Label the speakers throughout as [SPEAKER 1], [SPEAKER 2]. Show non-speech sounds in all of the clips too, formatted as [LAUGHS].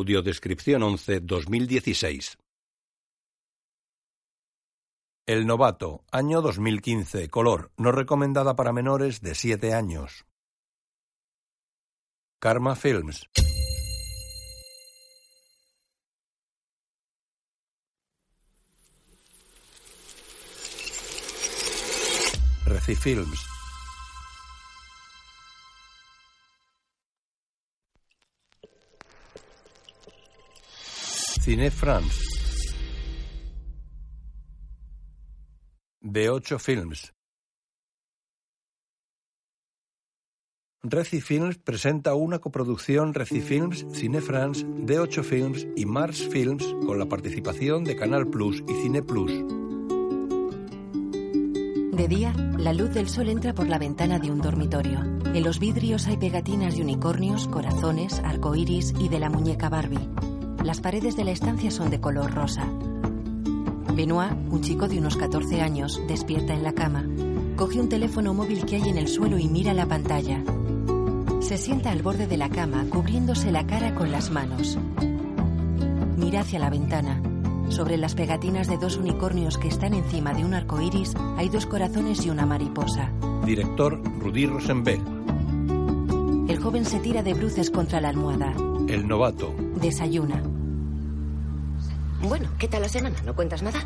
[SPEAKER 1] Audiodescripción 11 2016. El novato, año 2015, color, no recomendada para menores de 7 años. Karma Films. Recifilms. Cine France. De ocho films. Recifilms presenta una coproducción Recifilms, Cine France, De 8 Films y Mars Films con la participación de Canal Plus y Cine Plus.
[SPEAKER 2] De día, la luz del sol entra por la ventana de un dormitorio. En los vidrios hay pegatinas de unicornios, corazones, arcoíris y de la muñeca Barbie. Las paredes de la estancia son de color rosa. Benoit, un chico de unos 14 años, despierta en la cama. Coge un teléfono móvil que hay en el suelo y mira la pantalla. Se sienta al borde de la cama, cubriéndose la cara con las manos. Mira hacia la ventana. Sobre las pegatinas de dos unicornios que están encima de un arco iris, hay dos corazones y una mariposa.
[SPEAKER 1] Director Rudy Rosenberg.
[SPEAKER 2] El joven se tira de bruces contra la almohada.
[SPEAKER 1] El novato.
[SPEAKER 2] Desayuna.
[SPEAKER 3] Bueno, ¿qué tal la semana? ¿No cuentas nada?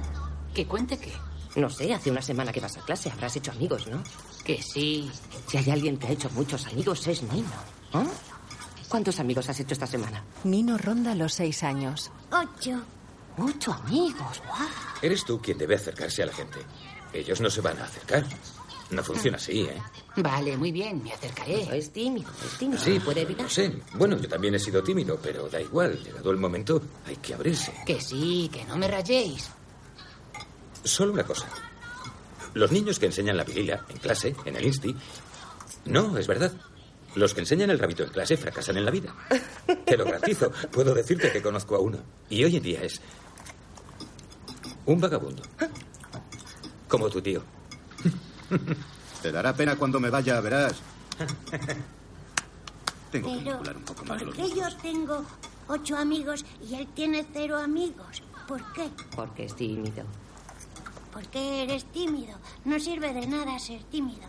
[SPEAKER 4] Que cuente que.
[SPEAKER 3] No sé, hace una semana que vas a clase, habrás hecho amigos, ¿no?
[SPEAKER 4] Que sí.
[SPEAKER 3] Si hay alguien que ha hecho muchos amigos es Nino. ¿Ah? ¿Cuántos amigos has hecho esta semana?
[SPEAKER 2] Nino ronda los seis años.
[SPEAKER 5] Ocho.
[SPEAKER 3] Ocho amigos, guau.
[SPEAKER 6] Eres tú quien debe acercarse a la gente. Ellos no se van a acercar. No funciona así, ¿eh?
[SPEAKER 4] Vale, muy bien, me acercaré.
[SPEAKER 3] Es tímido, es tímido.
[SPEAKER 6] Sí,
[SPEAKER 3] puede evitar.
[SPEAKER 6] lo sé. Bueno, yo también he sido tímido, pero da igual. Llegado el momento, hay que abrirse.
[SPEAKER 4] Que sí, que no me rayéis.
[SPEAKER 6] Solo una cosa. Los niños que enseñan la vigila en clase, en el insti... No, es verdad. Los que enseñan el rabito en clase fracasan en la vida. Te lo garantizo. Puedo decirte que conozco a uno. Y hoy en día es... Un vagabundo. Como tu tío.
[SPEAKER 7] [LAUGHS] Te dará pena cuando me vaya, verás. Tengo que
[SPEAKER 5] Pero,
[SPEAKER 7] manipular un poco más los
[SPEAKER 5] ¿por qué yo tengo ocho amigos y él tiene cero amigos?
[SPEAKER 8] Pues
[SPEAKER 5] ¿Por qué?
[SPEAKER 3] Porque es tímido.
[SPEAKER 5] ¿Por qué eres tímido? No sirve de nada ser tímido.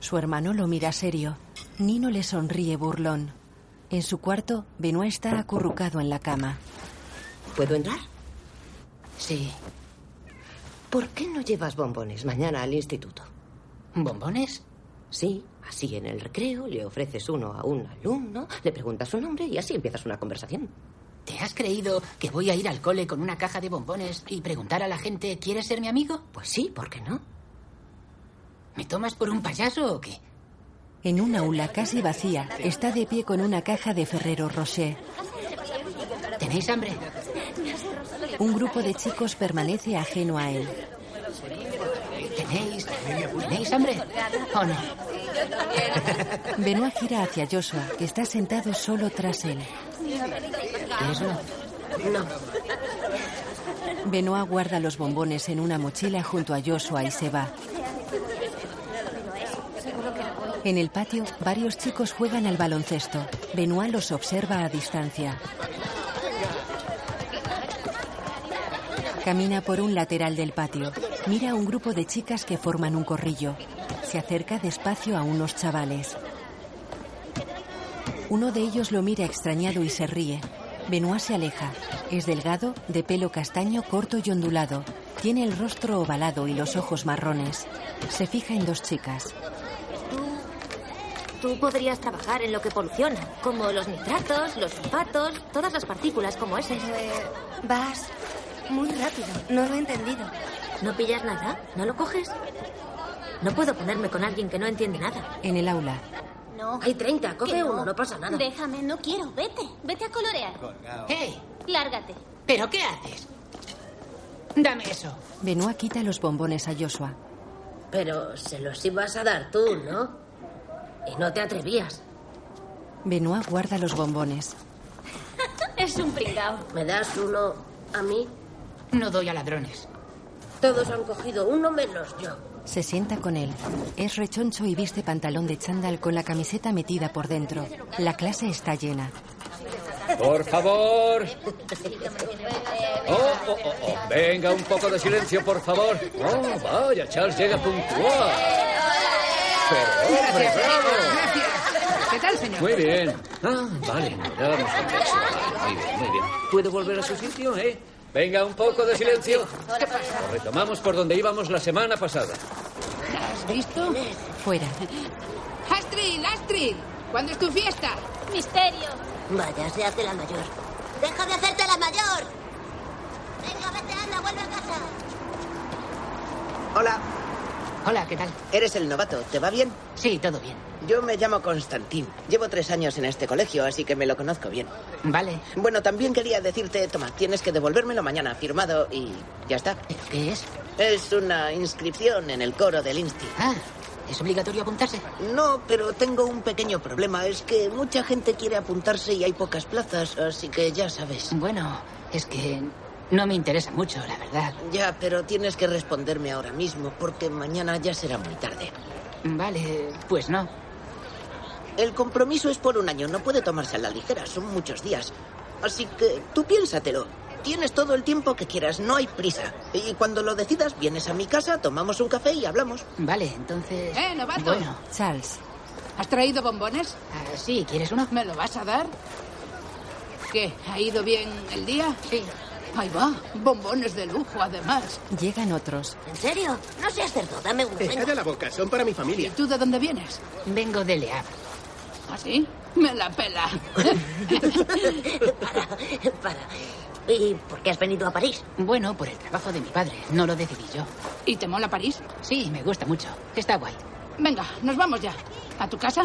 [SPEAKER 2] Su hermano lo mira serio. Nino le sonríe burlón. En su cuarto, Benoit está acurrucado en la cama.
[SPEAKER 3] ¿Puedo entrar?
[SPEAKER 4] Sí.
[SPEAKER 3] ¿Por qué no llevas bombones mañana al instituto?
[SPEAKER 4] ¿Bombones?
[SPEAKER 3] Sí, así en el recreo le ofreces uno a un alumno, le preguntas su nombre y así empiezas una conversación.
[SPEAKER 4] ¿Te has creído que voy a ir al cole con una caja de bombones y preguntar a la gente, ¿quieres ser mi amigo?
[SPEAKER 3] Pues sí, ¿por qué no?
[SPEAKER 4] ¿Me tomas por un payaso o qué?
[SPEAKER 2] En un aula casi vacía, está de pie con una caja de Ferrero Rocher.
[SPEAKER 4] ¿Tenéis hambre?
[SPEAKER 2] Un grupo de chicos permanece ajeno a él.
[SPEAKER 4] ¿Tenéis? ¿Tenéis hambre? ¿O no?
[SPEAKER 2] Benoit gira hacia Joshua, que está sentado solo tras él.
[SPEAKER 4] ¿Tienes uno?
[SPEAKER 2] Benoit guarda los bombones en una mochila junto a Joshua y se va. En el patio, varios chicos juegan al baloncesto. Benoit los observa a distancia. Camina por un lateral del patio. Mira a un grupo de chicas que forman un corrillo. Se acerca despacio a unos chavales. Uno de ellos lo mira extrañado y se ríe. Benoit se aleja. Es delgado, de pelo castaño corto y ondulado. Tiene el rostro ovalado y los ojos marrones. Se fija en dos chicas.
[SPEAKER 9] Tú podrías trabajar en lo que poluciona, como los nitratos, los sulfatos, todas las partículas como esas.
[SPEAKER 2] Eh,
[SPEAKER 10] Vas muy rápido. No lo he entendido.
[SPEAKER 9] ¿No pillas nada? ¿No lo coges? No puedo ponerme con alguien que no entiende nada.
[SPEAKER 2] En el aula,
[SPEAKER 5] No.
[SPEAKER 9] Hay 30, coge
[SPEAKER 5] que
[SPEAKER 9] uno, no pasa nada.
[SPEAKER 5] Déjame, no quiero. Vete, vete a colorear.
[SPEAKER 4] ¡Hey!
[SPEAKER 5] Lárgate.
[SPEAKER 4] ¿Pero qué haces? Dame eso.
[SPEAKER 2] Benoit quita los bombones a Joshua.
[SPEAKER 9] Pero se los ibas a dar tú, ¿no? Y no te atrevías.
[SPEAKER 2] Benoit guarda los bombones.
[SPEAKER 5] Es un pringao.
[SPEAKER 9] ¿Me das uno a mí?
[SPEAKER 4] No doy a ladrones.
[SPEAKER 9] Todos han cogido uno menos yo.
[SPEAKER 2] Se sienta con él. Es rechoncho y viste pantalón de chándal con la camiseta metida por dentro. La clase está llena.
[SPEAKER 11] Por favor. Oh, oh, oh, oh. Venga, un poco de silencio, por favor. Oh, vaya, Charles llega puntual. Pero, hombre, bravo.
[SPEAKER 12] ¿Qué tal, señor?
[SPEAKER 11] Muy bien. Ah, vale, ya damos un beso. Vale, Muy bien, muy bien. ¿Puede volver a su sitio, eh? Venga, un poco de silencio. Lo retomamos por donde íbamos la semana pasada.
[SPEAKER 12] ¿Has visto?
[SPEAKER 2] Fuera.
[SPEAKER 12] ¡Astrid! ¡Astrid! ¿Cuándo es tu fiesta?
[SPEAKER 13] Misterio.
[SPEAKER 9] Vaya, se hace la mayor.
[SPEAKER 13] Deja de hacerte la mayor.
[SPEAKER 9] Venga, vete, anda, vuelve a casa.
[SPEAKER 14] Hola,
[SPEAKER 4] Hola, ¿qué tal?
[SPEAKER 14] eres el novato. ¿Te va bien?
[SPEAKER 4] Sí, todo bien.
[SPEAKER 14] Yo me llamo Constantín. Llevo tres años en este colegio, así que me lo conozco bien.
[SPEAKER 4] Vale.
[SPEAKER 14] Bueno, también quería decirte, toma, tienes que devolvérmelo mañana, firmado y ya está.
[SPEAKER 4] ¿Qué es?
[SPEAKER 14] Es una inscripción en el coro del Insti.
[SPEAKER 4] Ah, ¿es obligatorio apuntarse?
[SPEAKER 14] No, pero tengo un pequeño problema. Es que mucha gente quiere apuntarse y hay pocas plazas, así que ya sabes.
[SPEAKER 4] Bueno, es que no me interesa mucho, la verdad.
[SPEAKER 14] Ya, pero tienes que responderme ahora mismo, porque mañana ya será muy tarde.
[SPEAKER 4] Vale, pues no.
[SPEAKER 14] El compromiso es por un año, no puede tomarse a la ligera, son muchos días. Así que tú piénsatelo. Tienes todo el tiempo que quieras, no hay prisa. Y cuando lo decidas, vienes a mi casa, tomamos un café y hablamos.
[SPEAKER 4] Vale, entonces.
[SPEAKER 12] ¡Eh, novato!
[SPEAKER 4] Bueno,
[SPEAKER 2] Charles.
[SPEAKER 12] ¿Has traído bombones?
[SPEAKER 4] ah, sí, ¿quieres uno?
[SPEAKER 12] ¿Me lo vas a dar? ¿Qué? ¿Ha ido bien el día?
[SPEAKER 4] Sí.
[SPEAKER 12] Ahí va. Bombones de lujo, además.
[SPEAKER 2] Llegan otros.
[SPEAKER 13] ¿En serio? No seas cerdo, dame uno.
[SPEAKER 7] Eh,
[SPEAKER 13] venga.
[SPEAKER 7] calla la boca, son para mi
[SPEAKER 12] ¿Y
[SPEAKER 7] familia.
[SPEAKER 12] tú de dónde vienes?
[SPEAKER 4] Vengo de Leab.
[SPEAKER 12] ¿Ah, sí? Me la pela.
[SPEAKER 13] [LAUGHS] para, para. ¿Y por qué has venido a París?
[SPEAKER 4] Bueno, por el trabajo de mi padre, no lo decidí
[SPEAKER 13] [LAUGHS]
[SPEAKER 4] yo.
[SPEAKER 12] ¿Y te mola París?
[SPEAKER 4] Sí, me gusta mucho. Está guay.
[SPEAKER 12] Venga, nos vamos ya. ¿A tu casa?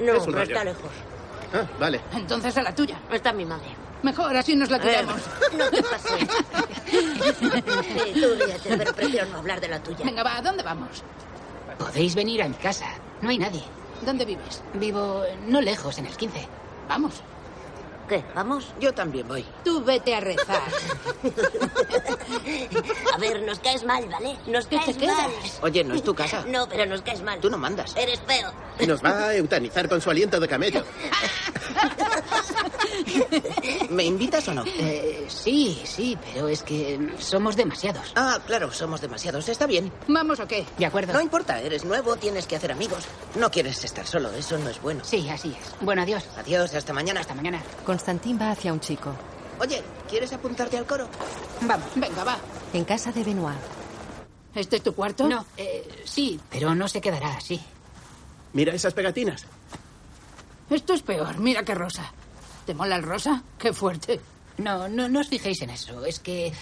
[SPEAKER 13] No,
[SPEAKER 7] Es un
[SPEAKER 13] no
[SPEAKER 7] rollo.
[SPEAKER 13] está lejos.
[SPEAKER 7] Ah, vale.
[SPEAKER 12] Entonces a la tuya.
[SPEAKER 13] Está mi madre.
[SPEAKER 12] Mejor así nos la
[SPEAKER 13] Eh,
[SPEAKER 12] tiramos.
[SPEAKER 13] [LAUGHS] no te pases. Sí, tú ríete, pero prefiero no hablar de la tuya.
[SPEAKER 12] Venga, va, ¿a dónde vamos?
[SPEAKER 4] Podéis venir a mi casa. No hay nadie.
[SPEAKER 12] ¿Dónde vives?
[SPEAKER 4] Vivo eh, no lejos, en el 15.
[SPEAKER 12] Vamos.
[SPEAKER 13] ¿Qué? ¿Vamos?
[SPEAKER 14] Yo también voy.
[SPEAKER 12] Tú vete a rezar.
[SPEAKER 13] A ver, nos caes mal, ¿vale? Nos
[SPEAKER 12] ¿Qué te
[SPEAKER 13] caes
[SPEAKER 12] quedas?
[SPEAKER 13] mal.
[SPEAKER 14] Oye, no es tu casa.
[SPEAKER 13] No, pero nos caes mal.
[SPEAKER 14] Tú no mandas.
[SPEAKER 13] Eres feo.
[SPEAKER 7] [LAUGHS] Nos va a eutanizar con su aliento de camello.
[SPEAKER 14] [LAUGHS] ¿Me invitas o no?
[SPEAKER 4] Eh, sí, sí, pero es que mm, somos demasiados.
[SPEAKER 14] Ah, claro, somos demasiados. Está bien.
[SPEAKER 12] [LAUGHS] ¿Vamos o qué?
[SPEAKER 4] ¿De acuerdo?
[SPEAKER 14] No importa, eres nuevo, tienes que hacer amigos. No quieres estar solo, eso no es bueno.
[SPEAKER 4] Sí, así es. Bueno, adiós.
[SPEAKER 14] Adiós, hasta mañana.
[SPEAKER 4] Hasta mañana.
[SPEAKER 2] Constantín va hacia un chico.
[SPEAKER 14] Oye, ¿quieres apuntarte al coro?
[SPEAKER 4] Vamos.
[SPEAKER 12] Venga, va.
[SPEAKER 2] En casa de Benoit.
[SPEAKER 12] ¿Este es tu cuarto?
[SPEAKER 4] No, eh, sí, pero no se quedará así.
[SPEAKER 7] Mira esas pegatinas.
[SPEAKER 12] Esto es peor. Mira qué rosa. ¿Te mola el rosa? Qué fuerte.
[SPEAKER 4] No, no, no os fijéis en eso. Es que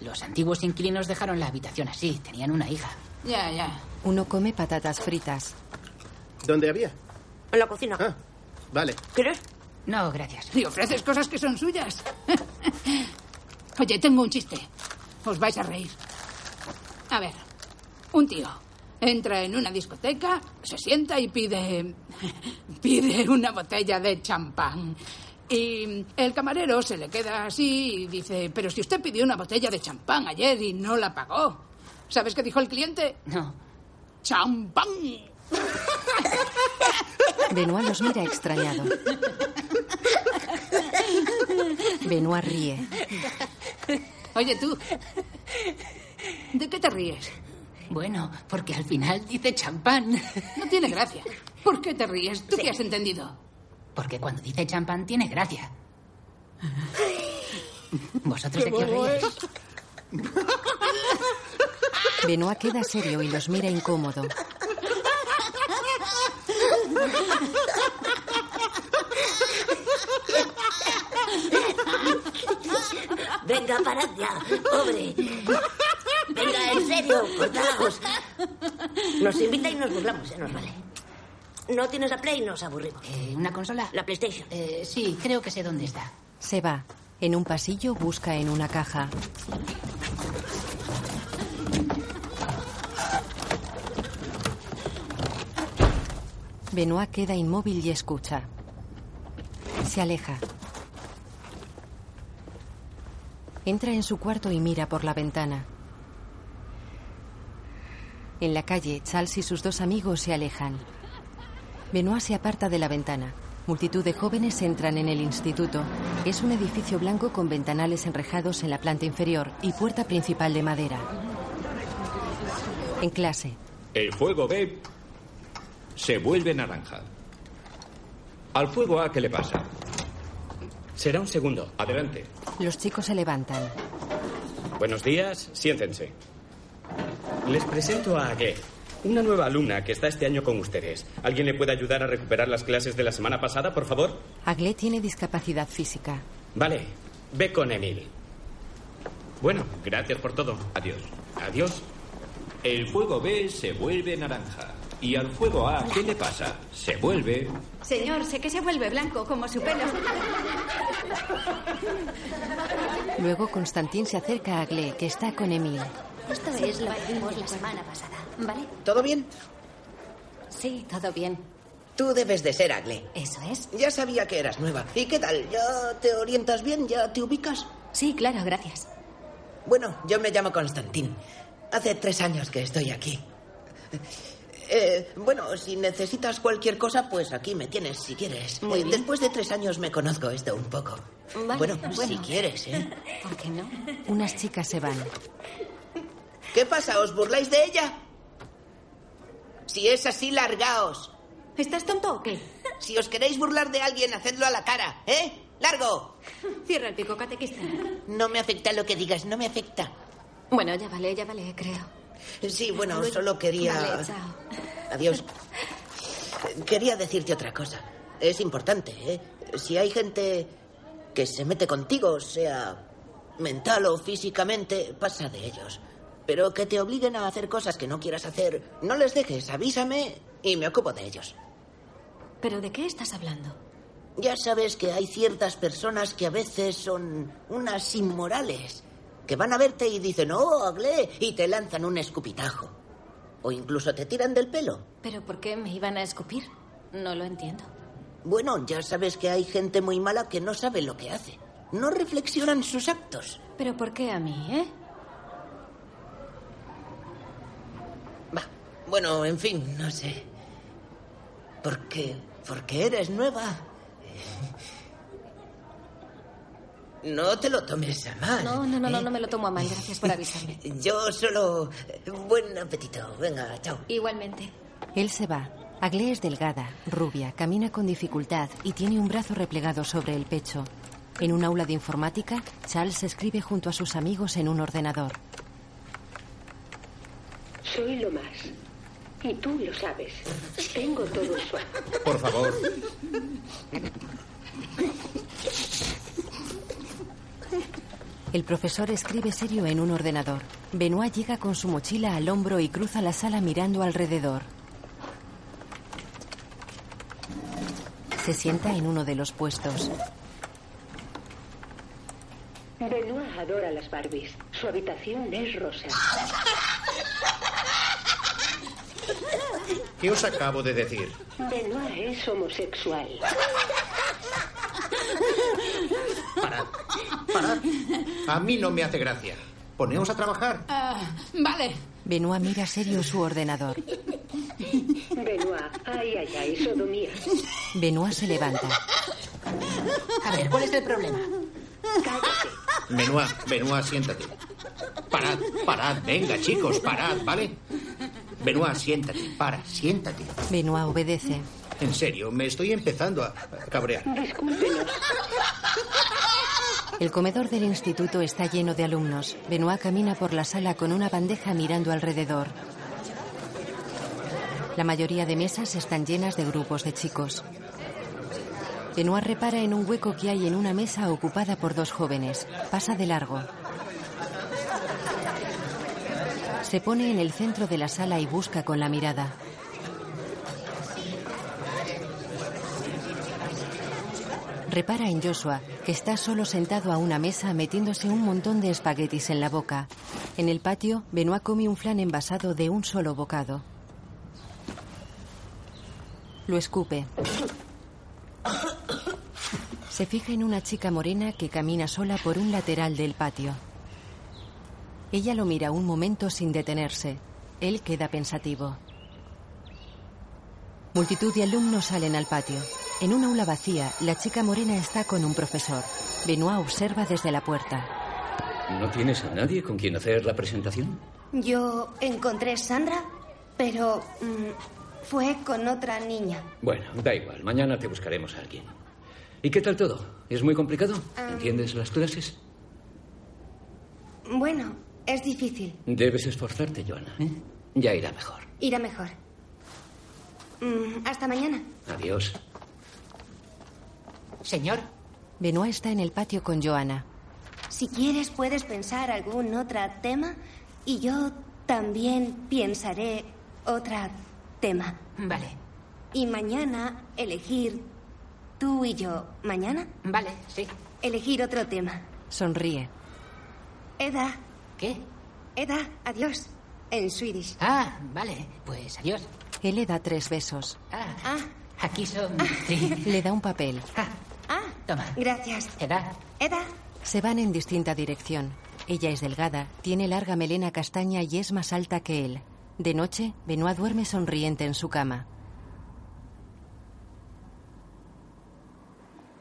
[SPEAKER 4] los antiguos inquilinos dejaron la habitación así. Tenían una hija.
[SPEAKER 12] Ya, ya.
[SPEAKER 2] Uno come patatas fritas.
[SPEAKER 7] ¿Dónde había?
[SPEAKER 13] En la cocina.
[SPEAKER 7] Ah, vale.
[SPEAKER 13] ¿Quieres?
[SPEAKER 4] No, gracias.
[SPEAKER 12] Y ofreces cosas que son suyas. Oye, tengo un chiste. Os vais a reír. A ver, un tío entra en una discoteca, se sienta y pide. [LAUGHS] pide una botella de champán. Y el camarero se le queda así y dice: Pero si usted pidió una botella de champán ayer y no la pagó. ¿Sabes qué dijo el cliente?
[SPEAKER 4] No.
[SPEAKER 12] ¡Champán!
[SPEAKER 2] Benoit los mira extrañado. Benoit ríe.
[SPEAKER 12] Oye, tú. ¿De qué te ríes?
[SPEAKER 4] Bueno, porque al final dice champán.
[SPEAKER 12] No tiene gracia. ¿Por qué te ríes? ¿Tú qué has entendido?
[SPEAKER 4] Porque cuando dice champán tiene gracia. ¿Vosotros de qué os reís?
[SPEAKER 7] eh.
[SPEAKER 2] Benoit queda serio y los mira incómodo.
[SPEAKER 13] Venga, parad ya, pobre. Venga, en serio, cortaos. Nos invita y nos burlamos, ya nos vale. No tienes la Play y nos aburrimos.
[SPEAKER 4] Eh, ¿Una consola?
[SPEAKER 13] La PlayStation.
[SPEAKER 4] Eh, sí, creo que sé dónde está.
[SPEAKER 2] Se va. En un pasillo busca en una caja. Benoit queda inmóvil y escucha. Se aleja. Entra en su cuarto y mira por la ventana. En la calle, Charles y sus dos amigos se alejan. Benoit se aparta de la ventana. Multitud de jóvenes entran en el instituto. Es un edificio blanco con ventanales enrejados en la planta inferior y puerta principal de madera. En clase,
[SPEAKER 11] El fuego B se vuelve naranja. Al fuego A, ¿qué le pasa? Será un segundo. Adelante.
[SPEAKER 2] los chicos se levantan.
[SPEAKER 11] Buenos días, siéntense. Les presento a Ague, una nueva alumna que está este año con ustedes. ¿Alguien le puede ayudar a recuperar las clases de la semana pasada, por favor?
[SPEAKER 2] Aglé tiene discapacidad física.
[SPEAKER 11] Vale, ve con Emil. Bueno, gracias por todo. Adiós. Adiós. El fuego B se vuelve naranja. Y al fuego A, ¿qué le pasa? Se vuelve.
[SPEAKER 15] Señor, sé que se vuelve blanco como su pelo.
[SPEAKER 2] Luego Constantín se acerca a Aglé, que está con Emil.
[SPEAKER 15] Esto es lo que vimos la semana pasada, ¿vale?
[SPEAKER 14] ¿Todo bien?
[SPEAKER 15] Sí, todo bien.
[SPEAKER 14] Tú debes de ser Agle.
[SPEAKER 15] Eso es.
[SPEAKER 14] Ya sabía que eras nueva. ¿Y qué tal? ¿Ya te orientas bien? ¿Ya te ubicas?
[SPEAKER 15] Sí, claro, gracias.
[SPEAKER 14] Bueno, yo me llamo Constantín. Hace tres años que estoy aquí. Eh, bueno, si necesitas cualquier cosa, pues aquí me tienes, si quieres.
[SPEAKER 15] Muy
[SPEAKER 14] Eh,
[SPEAKER 15] bien.
[SPEAKER 14] Después de tres años me conozco esto un poco.
[SPEAKER 15] Vale,
[SPEAKER 14] bueno,
[SPEAKER 15] bueno.
[SPEAKER 14] si quieres, ¿eh?
[SPEAKER 15] [LAUGHS] ¿Por qué no?
[SPEAKER 2] Unas chicas se van.
[SPEAKER 14] ¿Qué pasa? ¿Os burláis de ella? Si es así, largaos.
[SPEAKER 15] ¿Estás tonto o qué?
[SPEAKER 14] Si os queréis burlar de alguien, hacedlo a la cara, ¿eh?
[SPEAKER 15] [LAUGHS]
[SPEAKER 14] ¡Largo!
[SPEAKER 15] Cierra el pico, catequista.
[SPEAKER 14] No me afecta lo que digas, no me afecta.
[SPEAKER 15] Bueno, ya vale, ya vale, creo.
[SPEAKER 14] Sí, bueno, solo quería...
[SPEAKER 15] Vale, chao.
[SPEAKER 14] Adiós. Quería decirte otra cosa. Es importante, ¿eh? Si hay gente que se mete contigo, sea mental o físicamente, pasa de ellos. Pero que te obliguen a hacer cosas que no quieras hacer, no les dejes, avísame y me ocupo de ellos.
[SPEAKER 15] ¿Pero de qué estás hablando?
[SPEAKER 14] Ya sabes que hay ciertas personas que a veces son unas inmorales, que van a verte y dicen, oh, hablé, y te lanzan un escupitajo. O incluso te tiran del pelo.
[SPEAKER 15] ¿Pero por qué me iban a escupir? No lo entiendo.
[SPEAKER 14] Bueno, ya sabes que hay gente muy mala que no sabe lo que hace. No reflexionan sus actos.
[SPEAKER 15] ¿Pero por qué a mí, eh?
[SPEAKER 14] Bueno, en fin, no sé. Porque, porque eres nueva. [LAUGHS] No te lo tomes a mal.
[SPEAKER 15] No, no,
[SPEAKER 9] eh.
[SPEAKER 15] no, no, no me lo tomo a mal. Gracias por
[SPEAKER 9] [LAUGHS]
[SPEAKER 15] avisarme.
[SPEAKER 14] Yo solo... Buen apetito. Venga, chao.
[SPEAKER 15] Igualmente.
[SPEAKER 2] Él se va. Aglé es delgada, rubia, camina con dificultad y tiene un brazo replegado sobre el pecho. En un aula de informática, Charles escribe junto a sus amigos en un ordenador.
[SPEAKER 16] Soy lo más. Y tú lo sabes. Tengo todo eso.
[SPEAKER 6] Por favor.
[SPEAKER 2] El profesor escribe serio en un ordenador. Benoit llega con su mochila al hombro y cruza la sala mirando alrededor. Se sienta en uno de los puestos.
[SPEAKER 16] Benoit adora las Barbies. Su habitación es rosa.
[SPEAKER 17] ¿Qué os acabo de decir?
[SPEAKER 16] Benoit es homosexual.
[SPEAKER 17] Parad. A mí no me hace gracia. Poneos a trabajar.
[SPEAKER 12] Ah, vale.
[SPEAKER 2] Benoit mira serio su ordenador.
[SPEAKER 16] Benoit, ay, ay, ay, sodomía.
[SPEAKER 2] Benoit se levanta.
[SPEAKER 4] A ver, ¿cuál es el problema?
[SPEAKER 17] Benoit, Benoit, siéntate. Parad, parad, venga, chicos, parad, ¿vale? Benoit, siéntate, para, siéntate.
[SPEAKER 2] Benoit obedece.
[SPEAKER 17] En serio, me estoy empezando a a cabrear.
[SPEAKER 2] El comedor del instituto está lleno de alumnos. Benoit camina por la sala con una bandeja mirando alrededor. La mayoría de mesas están llenas de grupos de chicos. Benoit repara en un hueco que hay en una mesa ocupada por dos jóvenes. Pasa de largo. Se pone en el centro de la sala y busca con la mirada. Repara en Joshua, que está solo sentado a una mesa metiéndose un montón de espaguetis en la boca. En el patio, Benoit come un flan envasado de un solo bocado. Lo escupe. Se fija en una chica morena que camina sola por un lateral del patio. Ella lo mira un momento sin detenerse. Él queda pensativo. Multitud de alumnos salen al patio. En una aula vacía, la chica morena está con un profesor. Benoit observa desde la puerta.
[SPEAKER 18] ¿No tienes a nadie con quien hacer la presentación?
[SPEAKER 5] Yo encontré Sandra, pero mm, fue con otra niña.
[SPEAKER 18] Bueno, da igual. Mañana te buscaremos a alguien. ¿Y qué tal todo? ¿Es muy complicado?
[SPEAKER 5] Ah,
[SPEAKER 18] ¿Entiendes las clases?
[SPEAKER 5] Bueno, es difícil.
[SPEAKER 18] Debes esforzarte, Joana. ¿eh? Ya irá mejor.
[SPEAKER 5] Irá mejor. Mm, hasta mañana.
[SPEAKER 18] Adiós.
[SPEAKER 4] Señor.
[SPEAKER 2] Benoit está en el patio con Joana.
[SPEAKER 5] Si quieres, puedes pensar algún otro tema y yo también pensaré otro tema.
[SPEAKER 4] Vale.
[SPEAKER 5] Y mañana elegir tú y yo. ¿Mañana?
[SPEAKER 4] Vale, sí.
[SPEAKER 5] Elegir otro tema.
[SPEAKER 2] Sonríe.
[SPEAKER 5] Eda.
[SPEAKER 4] ¿Qué?
[SPEAKER 5] Eda, adiós. En Swedish.
[SPEAKER 4] Ah, vale. Pues adiós.
[SPEAKER 2] Él le da tres besos. Ah.
[SPEAKER 4] Ah, aquí son.
[SPEAKER 2] Le da un papel.
[SPEAKER 5] Ah,
[SPEAKER 4] toma.
[SPEAKER 5] Gracias.
[SPEAKER 4] Eda.
[SPEAKER 5] Eda.
[SPEAKER 2] Se van en distinta dirección. Ella es delgada, tiene larga melena castaña y es más alta que él. De noche, Benoit duerme sonriente en su cama.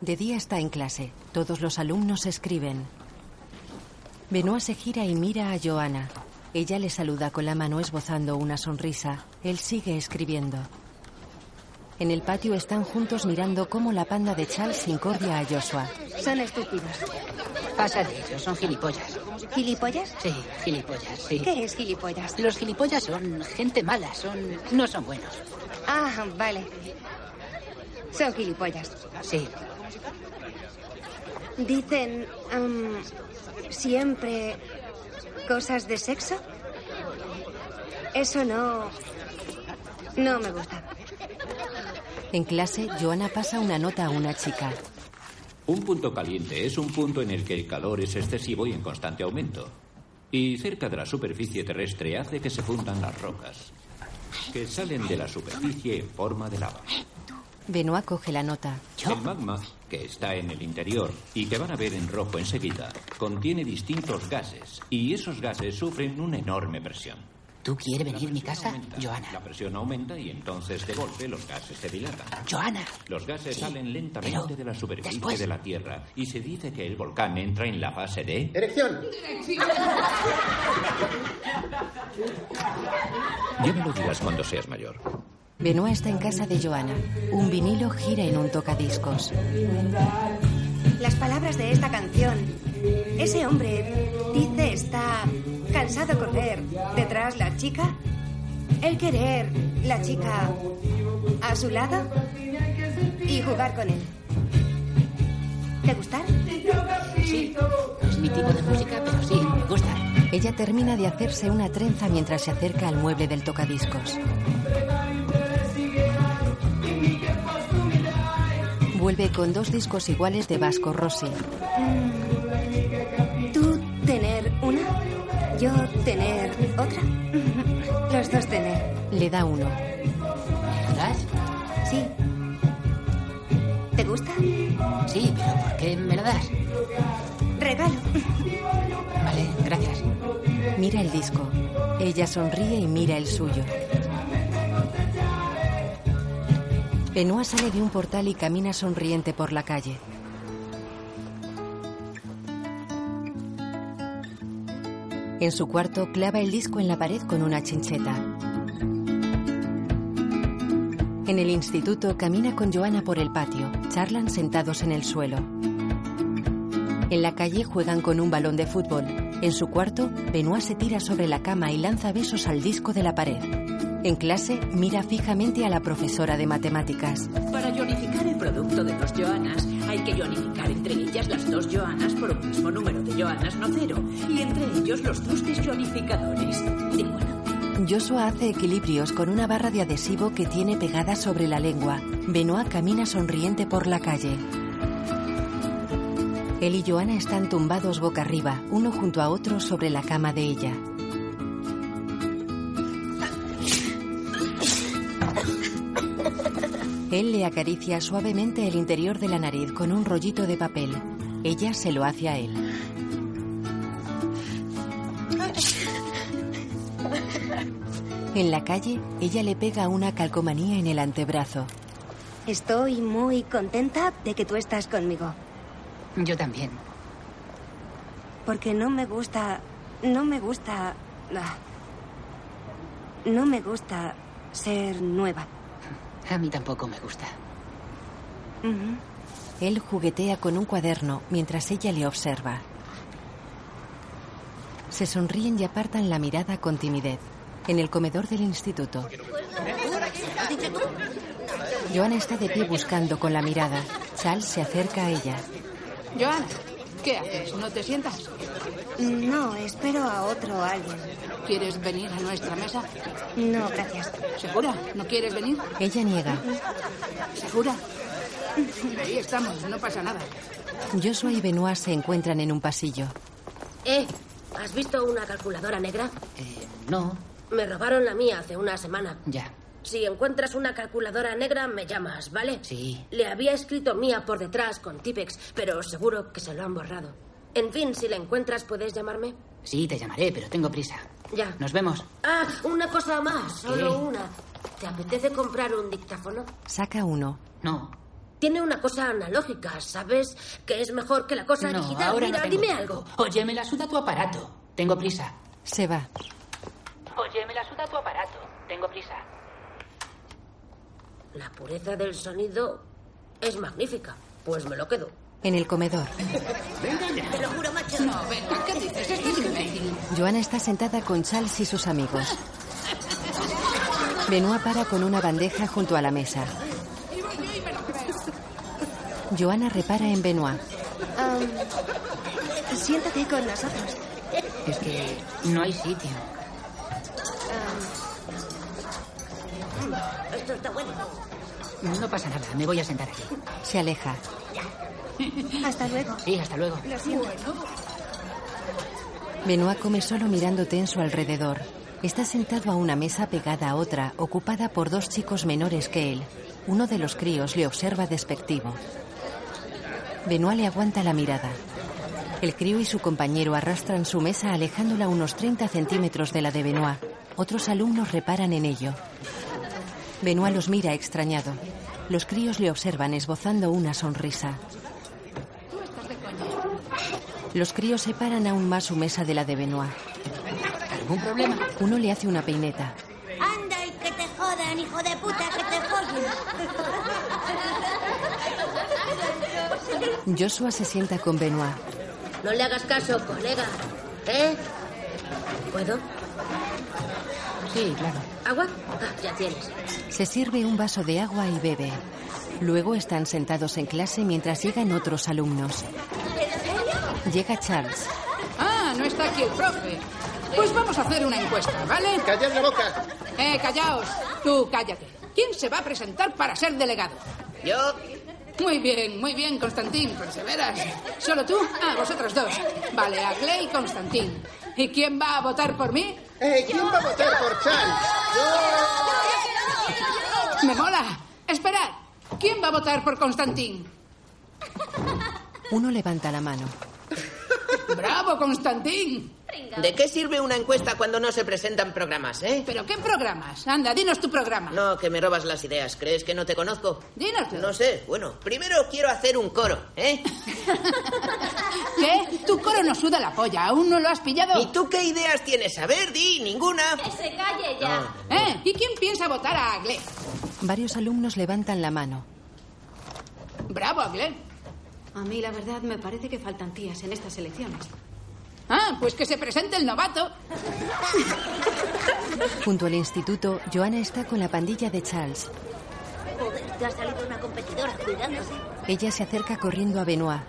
[SPEAKER 2] De día está en clase. Todos los alumnos escriben. Benoit se gira y mira a Joana. Ella le saluda con la mano esbozando una sonrisa. Él sigue escribiendo. En el patio están juntos mirando cómo la panda de Charles incordia a Joshua.
[SPEAKER 5] Son estúpidos.
[SPEAKER 4] Pasa de ellos, son gilipollas.
[SPEAKER 5] ¿Gilipollas?
[SPEAKER 4] Sí, gilipollas, sí.
[SPEAKER 5] ¿Qué es gilipollas?
[SPEAKER 4] Los gilipollas son gente mala, son. no son buenos.
[SPEAKER 5] Ah, vale. Son gilipollas.
[SPEAKER 4] Sí.
[SPEAKER 5] Dicen em, siempre cosas de sexo. Eso no. No me gusta.
[SPEAKER 2] En clase, Joana pasa una nota a una chica.
[SPEAKER 11] Un punto caliente es un punto en el que el calor es excesivo y en constante aumento. Y cerca de la superficie terrestre hace que se fundan las rocas, que salen de la superficie en forma de lava.
[SPEAKER 2] Benoit coge la nota.
[SPEAKER 11] El magma, que está en el interior y que van a ver en rojo enseguida, contiene distintos gases y esos gases sufren una enorme presión.
[SPEAKER 4] ¿Tú quieres venir a mi casa, Joana?
[SPEAKER 11] La presión aumenta y entonces de golpe los gases se dilatan.
[SPEAKER 4] Joana.
[SPEAKER 11] Los gases
[SPEAKER 4] Sí,
[SPEAKER 11] salen lentamente
[SPEAKER 4] pero
[SPEAKER 11] de la superficie
[SPEAKER 4] después-
[SPEAKER 11] de la Tierra y se dice que el volcán entra en la fase de...
[SPEAKER 19] Erección.
[SPEAKER 11] Ya me lo dirás cuando seas mayor.
[SPEAKER 2] Benoit está en casa de Joana. Un vinilo gira en un tocadiscos.
[SPEAKER 5] Las palabras de esta canción. Ese hombre dice está cansado correr detrás la chica. El querer la chica a su lado y jugar con él. ¿Te gustar?
[SPEAKER 4] Sí. No es mi tipo de música, pero sí, me gusta.
[SPEAKER 2] Ella termina de hacerse una trenza mientras se acerca al mueble del tocadiscos. Vuelve con dos discos iguales de Vasco Rossi.
[SPEAKER 5] Mm. Tú tener una, yo tener otra. [LAUGHS] Los dos tener.
[SPEAKER 2] Le da uno.
[SPEAKER 4] ¿Verdad?
[SPEAKER 5] Sí. ¿Te gusta?
[SPEAKER 4] Sí, pero ¿por qué me lo das?
[SPEAKER 5] Regalo.
[SPEAKER 4] Vale, gracias.
[SPEAKER 2] Mira el disco. Ella sonríe y mira el suyo. Benoit sale de un portal y camina sonriente por la calle. En su cuarto clava el disco en la pared con una chincheta. En el instituto camina con Joana por el patio. Charlan sentados en el suelo. En la calle juegan con un balón de fútbol. En su cuarto, Benoit se tira sobre la cama y lanza besos al disco de la pared. En clase, mira fijamente a la profesora de matemáticas.
[SPEAKER 14] Para ionificar el producto de dos joanas, hay que ionificar entre ellas las dos joanas por un mismo número de joanas no cero, y entre ellos los dos desionificadores.
[SPEAKER 2] Joshua hace equilibrios con una barra de adhesivo que tiene pegada sobre la lengua. Benoit camina sonriente por la calle. Él y Joana están tumbados boca arriba, uno junto a otro sobre la cama de ella. Él le acaricia suavemente el interior de la nariz con un rollito de papel. Ella se lo hace a él. En la calle, ella le pega una calcomanía en el antebrazo.
[SPEAKER 5] Estoy muy contenta de que tú estás conmigo.
[SPEAKER 4] Yo también.
[SPEAKER 5] Porque no me gusta. No me gusta. ah, No me gusta ser nueva.
[SPEAKER 4] A mí tampoco me gusta.
[SPEAKER 2] Él juguetea con un cuaderno mientras ella le observa. Se sonríen y apartan la mirada con timidez. En el comedor del instituto,
[SPEAKER 9] ¿Has dicho tú?
[SPEAKER 2] Joana está de pie buscando con la mirada. Charles se acerca a ella.
[SPEAKER 12] Joan, ¿qué haces? ¿No te sientas?
[SPEAKER 5] No, espero a otro alguien.
[SPEAKER 12] ¿Quieres venir a nuestra mesa?
[SPEAKER 5] No, gracias.
[SPEAKER 12] ¿Segura? ¿No quieres venir?
[SPEAKER 2] Ella niega.
[SPEAKER 12] ¿Segura? Ahí estamos, no pasa nada.
[SPEAKER 2] Joshua y Benoit se encuentran en un pasillo.
[SPEAKER 9] Eh, ¿has visto una calculadora negra?
[SPEAKER 4] No,
[SPEAKER 9] Me robaron la mía hace una semana.
[SPEAKER 4] ya.
[SPEAKER 9] Si encuentras una calculadora negra, me llamas, ¿vale? Sí. Le había escrito mía por detrás con Tipex, pero seguro que se lo han borrado. En fin, si la encuentras, ¿puedes llamarme?
[SPEAKER 4] Sí, te llamaré, pero tengo prisa.
[SPEAKER 9] Ya.
[SPEAKER 4] Nos vemos.
[SPEAKER 9] Ah, una cosa más, solo
[SPEAKER 4] ¿Qué?
[SPEAKER 9] una. ¿Te apetece comprar un dictafono?
[SPEAKER 2] Saca uno.
[SPEAKER 4] No.
[SPEAKER 9] Tiene una cosa analógica, ¿sabes? Que es mejor que la cosa
[SPEAKER 4] no,
[SPEAKER 9] digital.
[SPEAKER 4] ahora
[SPEAKER 9] Mira,
[SPEAKER 4] no tengo
[SPEAKER 9] dime
[SPEAKER 4] tiempo.
[SPEAKER 9] algo.
[SPEAKER 4] Oye, me la suda tu aparato. Tengo prisa.
[SPEAKER 2] Se va.
[SPEAKER 4] Oye, me la suda tu aparato. Tengo prisa.
[SPEAKER 9] La pureza del sonido es magnífica. Pues me lo quedo.
[SPEAKER 2] En el comedor,
[SPEAKER 9] Te lo juro, macho.
[SPEAKER 12] No, venga, ¿qué dices? Esto es imbécil.
[SPEAKER 2] Joana está sentada con Charles y sus amigos. Benoit para con una bandeja junto a la mesa. Joana repara en Benoit.
[SPEAKER 5] Am, siéntate con nosotros.
[SPEAKER 4] Es que no hay sitio.
[SPEAKER 9] Esto está bueno.
[SPEAKER 4] No pasa nada, me voy a sentar aquí.
[SPEAKER 2] Se
[SPEAKER 4] [LAUGHS]
[SPEAKER 2] aleja.
[SPEAKER 5] Hasta luego.
[SPEAKER 4] Sí, hasta luego.
[SPEAKER 5] Lo siento.
[SPEAKER 2] Benoit come solo mirándote en su alrededor. Está sentado a una mesa pegada a otra, ocupada por dos chicos menores que él. Uno de los críos le observa despectivo. Benoit le aguanta la mirada. El crío y su compañero arrastran su mesa alejándola unos 30 centímetros de la de Benoit. Otros alumnos reparan en ello. Benoit los mira extrañado. Los críos le observan esbozando una sonrisa. Los críos separan aún más su mesa de la de Benoit.
[SPEAKER 4] ¿Algún problema?
[SPEAKER 2] Uno le hace una peineta.
[SPEAKER 20] Anda y que te jodan, hijo de puta, que te follen.
[SPEAKER 2] Joshua se sienta con Benoit.
[SPEAKER 9] No le hagas caso, colega. ¿Eh? ¿Puedo?
[SPEAKER 4] Sí, claro.
[SPEAKER 9] ¿Agua? Ah, ya tienes.
[SPEAKER 2] Se sirve un vaso de agua y bebe. Luego están sentados en clase mientras llegan otros alumnos. Llega Charles.
[SPEAKER 12] Ah, no está aquí el profe. Pues vamos a hacer una encuesta, ¿vale?
[SPEAKER 6] ¡Callad la boca!
[SPEAKER 12] Eh, callaos. Tú cállate. ¿Quién se va a presentar para ser delegado?
[SPEAKER 14] Yo.
[SPEAKER 12] Muy bien, muy bien, Constantín. Perseveras. ¿Solo tú? Ah, vosotros dos. Vale, a Clay y Constantín. ¿Y quién va a votar por mí?
[SPEAKER 6] Eh, ¿Quién va a votar por Charles?
[SPEAKER 12] ¡Me mola! Esperad. ¿Quién va a votar por Constantín?
[SPEAKER 2] Uno levanta la mano.
[SPEAKER 12] ¡Bravo, Constantín!
[SPEAKER 14] ¿De qué sirve una encuesta cuando no se presentan programas, eh?
[SPEAKER 12] ¿Pero qué programas? Anda, dinos tu programa.
[SPEAKER 14] No, que me robas las ideas. ¿Crees que no te conozco?
[SPEAKER 12] Dínoslo.
[SPEAKER 14] No sé. Bueno, primero quiero hacer un coro,
[SPEAKER 12] [LAUGHS]
[SPEAKER 14] ¿eh?
[SPEAKER 12] ¿Qué? Tu coro nos suda la polla. ¿Aún no lo has pillado?
[SPEAKER 14] ¿Y tú qué ideas tienes? A ver, di, ninguna. Ah.
[SPEAKER 12] ¡Que se calle ya! ¿Eh? ¿Y quién piensa votar a Agle?
[SPEAKER 2] Varios alumnos levantan la mano.
[SPEAKER 12] ¡Bravo, Agle!
[SPEAKER 7] A mí, la verdad, me parece que faltan tías en estas elecciones.
[SPEAKER 12] Ah, pues que se presente el novato.
[SPEAKER 2] Junto al instituto, Joana está con la pandilla de Charles.
[SPEAKER 9] Joder, te ha salido una competidora, cuidándose.
[SPEAKER 2] Ella se acerca corriendo a Benoit.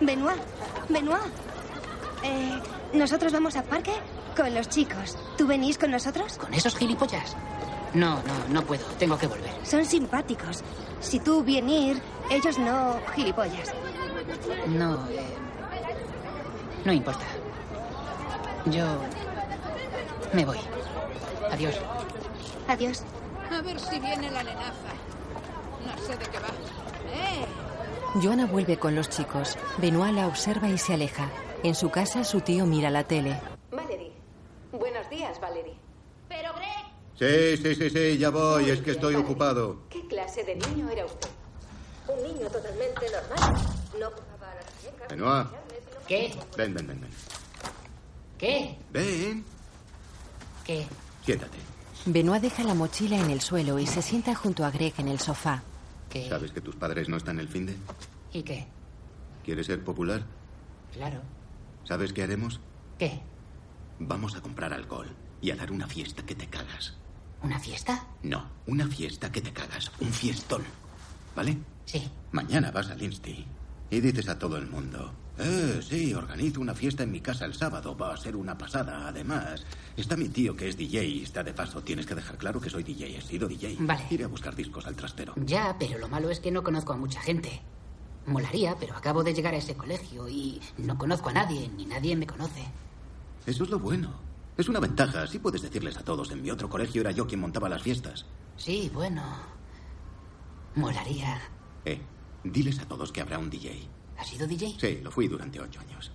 [SPEAKER 5] Benoit, Benoit. Eh, ¿Nosotros vamos al parque? Con los chicos. ¿Tú venís con nosotros?
[SPEAKER 4] ¿Con esos gilipollas? No, no, no puedo. Tengo que volver.
[SPEAKER 5] Son simpáticos. Si tú venir, ellos no gilipollas.
[SPEAKER 4] No, eh, no importa. Yo me voy. Adiós.
[SPEAKER 5] Adiós.
[SPEAKER 12] A ver si viene la lenaza. No sé de qué va. ¡Eh!
[SPEAKER 2] Joana vuelve con los chicos. Benoit la observa y se aleja. En su casa, su tío mira la tele.
[SPEAKER 7] Valerie. Buenos días, Valerie.
[SPEAKER 6] Sí, sí, sí, sí, ya voy, es que estoy ocupado.
[SPEAKER 7] ¿Qué clase
[SPEAKER 21] clase de niño era usted? Un niño totalmente normal. No jugaba a las muñecas.
[SPEAKER 7] Benoit.
[SPEAKER 4] ¿Qué?
[SPEAKER 7] Ven, ven, ven, ven.
[SPEAKER 4] ¿Qué?
[SPEAKER 7] Ven.
[SPEAKER 4] ¿Qué?
[SPEAKER 7] Siéntate.
[SPEAKER 2] Benoit deja la mochila en el suelo y se sienta junto a Greg en el sofá.
[SPEAKER 7] ¿Sabes que tus padres no están el fin de?
[SPEAKER 4] ¿Y qué?
[SPEAKER 7] ¿Quieres ser popular?
[SPEAKER 4] Claro.
[SPEAKER 7] ¿Sabes qué haremos?
[SPEAKER 4] ¿Qué?
[SPEAKER 7] Vamos a comprar alcohol y a dar una fiesta que te cagas.
[SPEAKER 4] ¿Una fiesta?
[SPEAKER 7] No, una fiesta que te cagas. Un fiestón. ¿Vale?
[SPEAKER 4] Sí.
[SPEAKER 7] Mañana vas al Insti y dices a todo el mundo. Eh, sí, organizo una fiesta en mi casa el sábado. Va a ser una pasada, además. Está mi tío que es DJ y está de paso. Tienes que dejar claro que soy DJ. He sido DJ.
[SPEAKER 4] Vale.
[SPEAKER 7] Iré a buscar discos al trastero.
[SPEAKER 4] Ya, pero lo malo es que no conozco a mucha gente. Molaría, pero acabo de llegar a ese colegio y no conozco a nadie, ni nadie me conoce.
[SPEAKER 7] Eso es lo bueno. Es una ventaja. Así puedes decirles a todos. En mi otro colegio era yo quien montaba las fiestas.
[SPEAKER 4] Sí, bueno. Molaría.
[SPEAKER 7] Eh, diles a todos que habrá un DJ.
[SPEAKER 4] ¿Has sido DJ?
[SPEAKER 7] Sí, lo fui durante ocho años.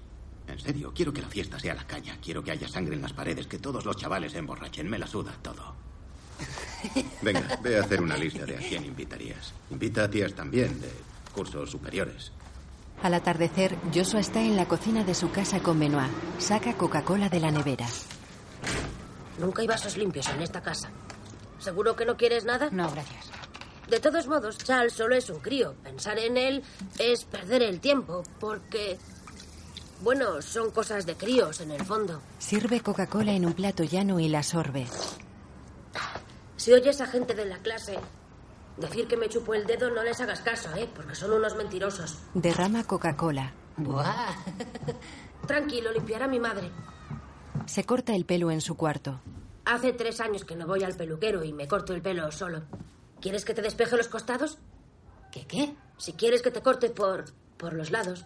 [SPEAKER 7] En serio, quiero que la fiesta sea la caña. Quiero que haya sangre en las paredes, que todos los chavales se emborrachen. Me la suda todo. Venga, ve a hacer una lista de a quién invitarías. Invita a tías también, de cursos superiores.
[SPEAKER 2] Al atardecer, Joshua está en la cocina de su casa con Benoit. Saca Coca-Cola de la nevera.
[SPEAKER 9] Nunca hay vasos limpios en esta casa. ¿Seguro que no quieres nada?
[SPEAKER 4] No, gracias.
[SPEAKER 9] De todos modos, Charles solo es un crío. Pensar en él es perder el tiempo, porque... Bueno, son cosas de críos, en el fondo.
[SPEAKER 2] Sirve Coca-Cola en un plato llano y la sorbe.
[SPEAKER 9] Si oyes a gente de la clase decir que me chupo el dedo, no les hagas caso, ¿eh? Porque son unos mentirosos.
[SPEAKER 2] Derrama Coca-Cola.
[SPEAKER 4] Buah.
[SPEAKER 9] Tranquilo, limpiará mi madre.
[SPEAKER 2] Se corta el pelo en su cuarto.
[SPEAKER 9] Hace tres años que no voy al peluquero y me corto el pelo solo. ¿Quieres que te despeje los costados?
[SPEAKER 4] ¿Qué qué?
[SPEAKER 9] Si quieres que te corte por... por los lados.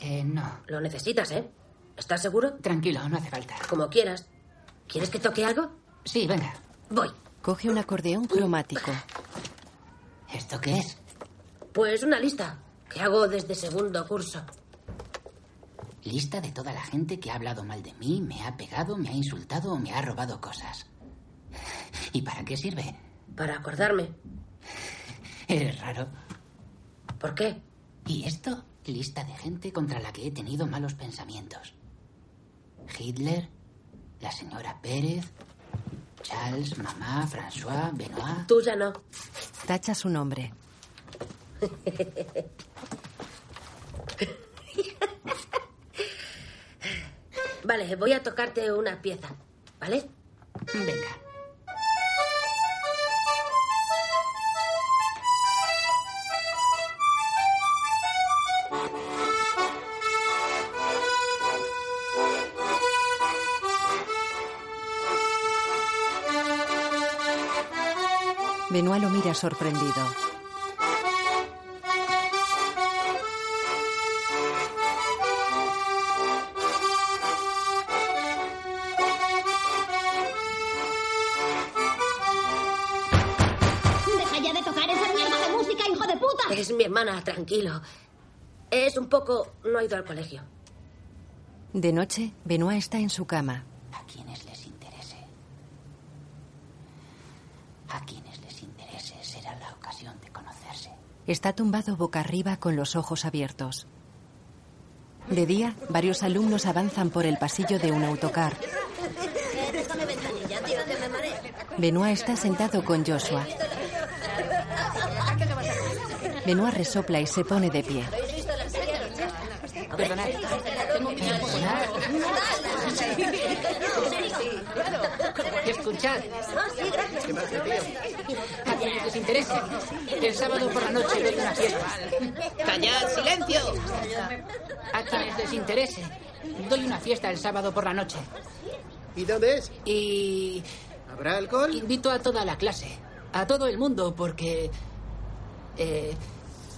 [SPEAKER 4] Eh, no.
[SPEAKER 9] Lo necesitas, ¿eh? ¿Estás seguro?
[SPEAKER 4] Tranquilo, no hace falta.
[SPEAKER 9] Como quieras. ¿Quieres que toque algo?
[SPEAKER 4] Sí, venga.
[SPEAKER 9] Voy.
[SPEAKER 2] Coge un acordeón cromático.
[SPEAKER 4] ¿Esto qué es?
[SPEAKER 9] Pues una lista que hago desde segundo curso. [LAUGHS]
[SPEAKER 4] Lista de toda la gente que ha hablado mal de mí, me ha pegado, me ha insultado o me ha robado cosas. ¿Y para qué sirve?
[SPEAKER 9] Para acordarme.
[SPEAKER 4] Eres raro.
[SPEAKER 9] ¿Por qué?
[SPEAKER 4] ¿Y esto? Lista de gente contra la que he tenido malos pensamientos. Hitler, la señora Pérez, Charles, mamá, François, Benoit.
[SPEAKER 9] Tú ya no.
[SPEAKER 2] Tacha su nombre.
[SPEAKER 9] Vale, voy a tocarte una pieza, ¿vale?
[SPEAKER 4] Venga.
[SPEAKER 2] Benoit lo mira sorprendido.
[SPEAKER 13] Deja ya de tocar esa mierda de música, hijo de puta.
[SPEAKER 9] Es mi hermana, tranquilo. Es un poco... no ha ido al colegio.
[SPEAKER 2] De noche, Benoit está en su cama.
[SPEAKER 4] A quienes les interese. A quienes les interese será la ocasión de [LAUGHS] conocerse.
[SPEAKER 2] Está tumbado boca arriba con los ojos abiertos. De día, varios alumnos avanzan por el pasillo de un autocar.
[SPEAKER 9] Déjame ventanilla, tío, que me mareo.
[SPEAKER 2] Benoit está sentado con Joshua. Benoit resopla y se pone de pie.
[SPEAKER 4] Perdonad. Tengo que Escuchad. A quienes les interese. El sábado por la noche doy una fiesta.
[SPEAKER 14] ¡Callad, silencio!
[SPEAKER 4] A quienes les interese. Doy una fiesta el sábado por la noche.
[SPEAKER 22] ¿Y dónde es?
[SPEAKER 4] Y
[SPEAKER 22] ¿Habrá alcohol?
[SPEAKER 4] invito a toda la clase. A todo el mundo, porque. eh,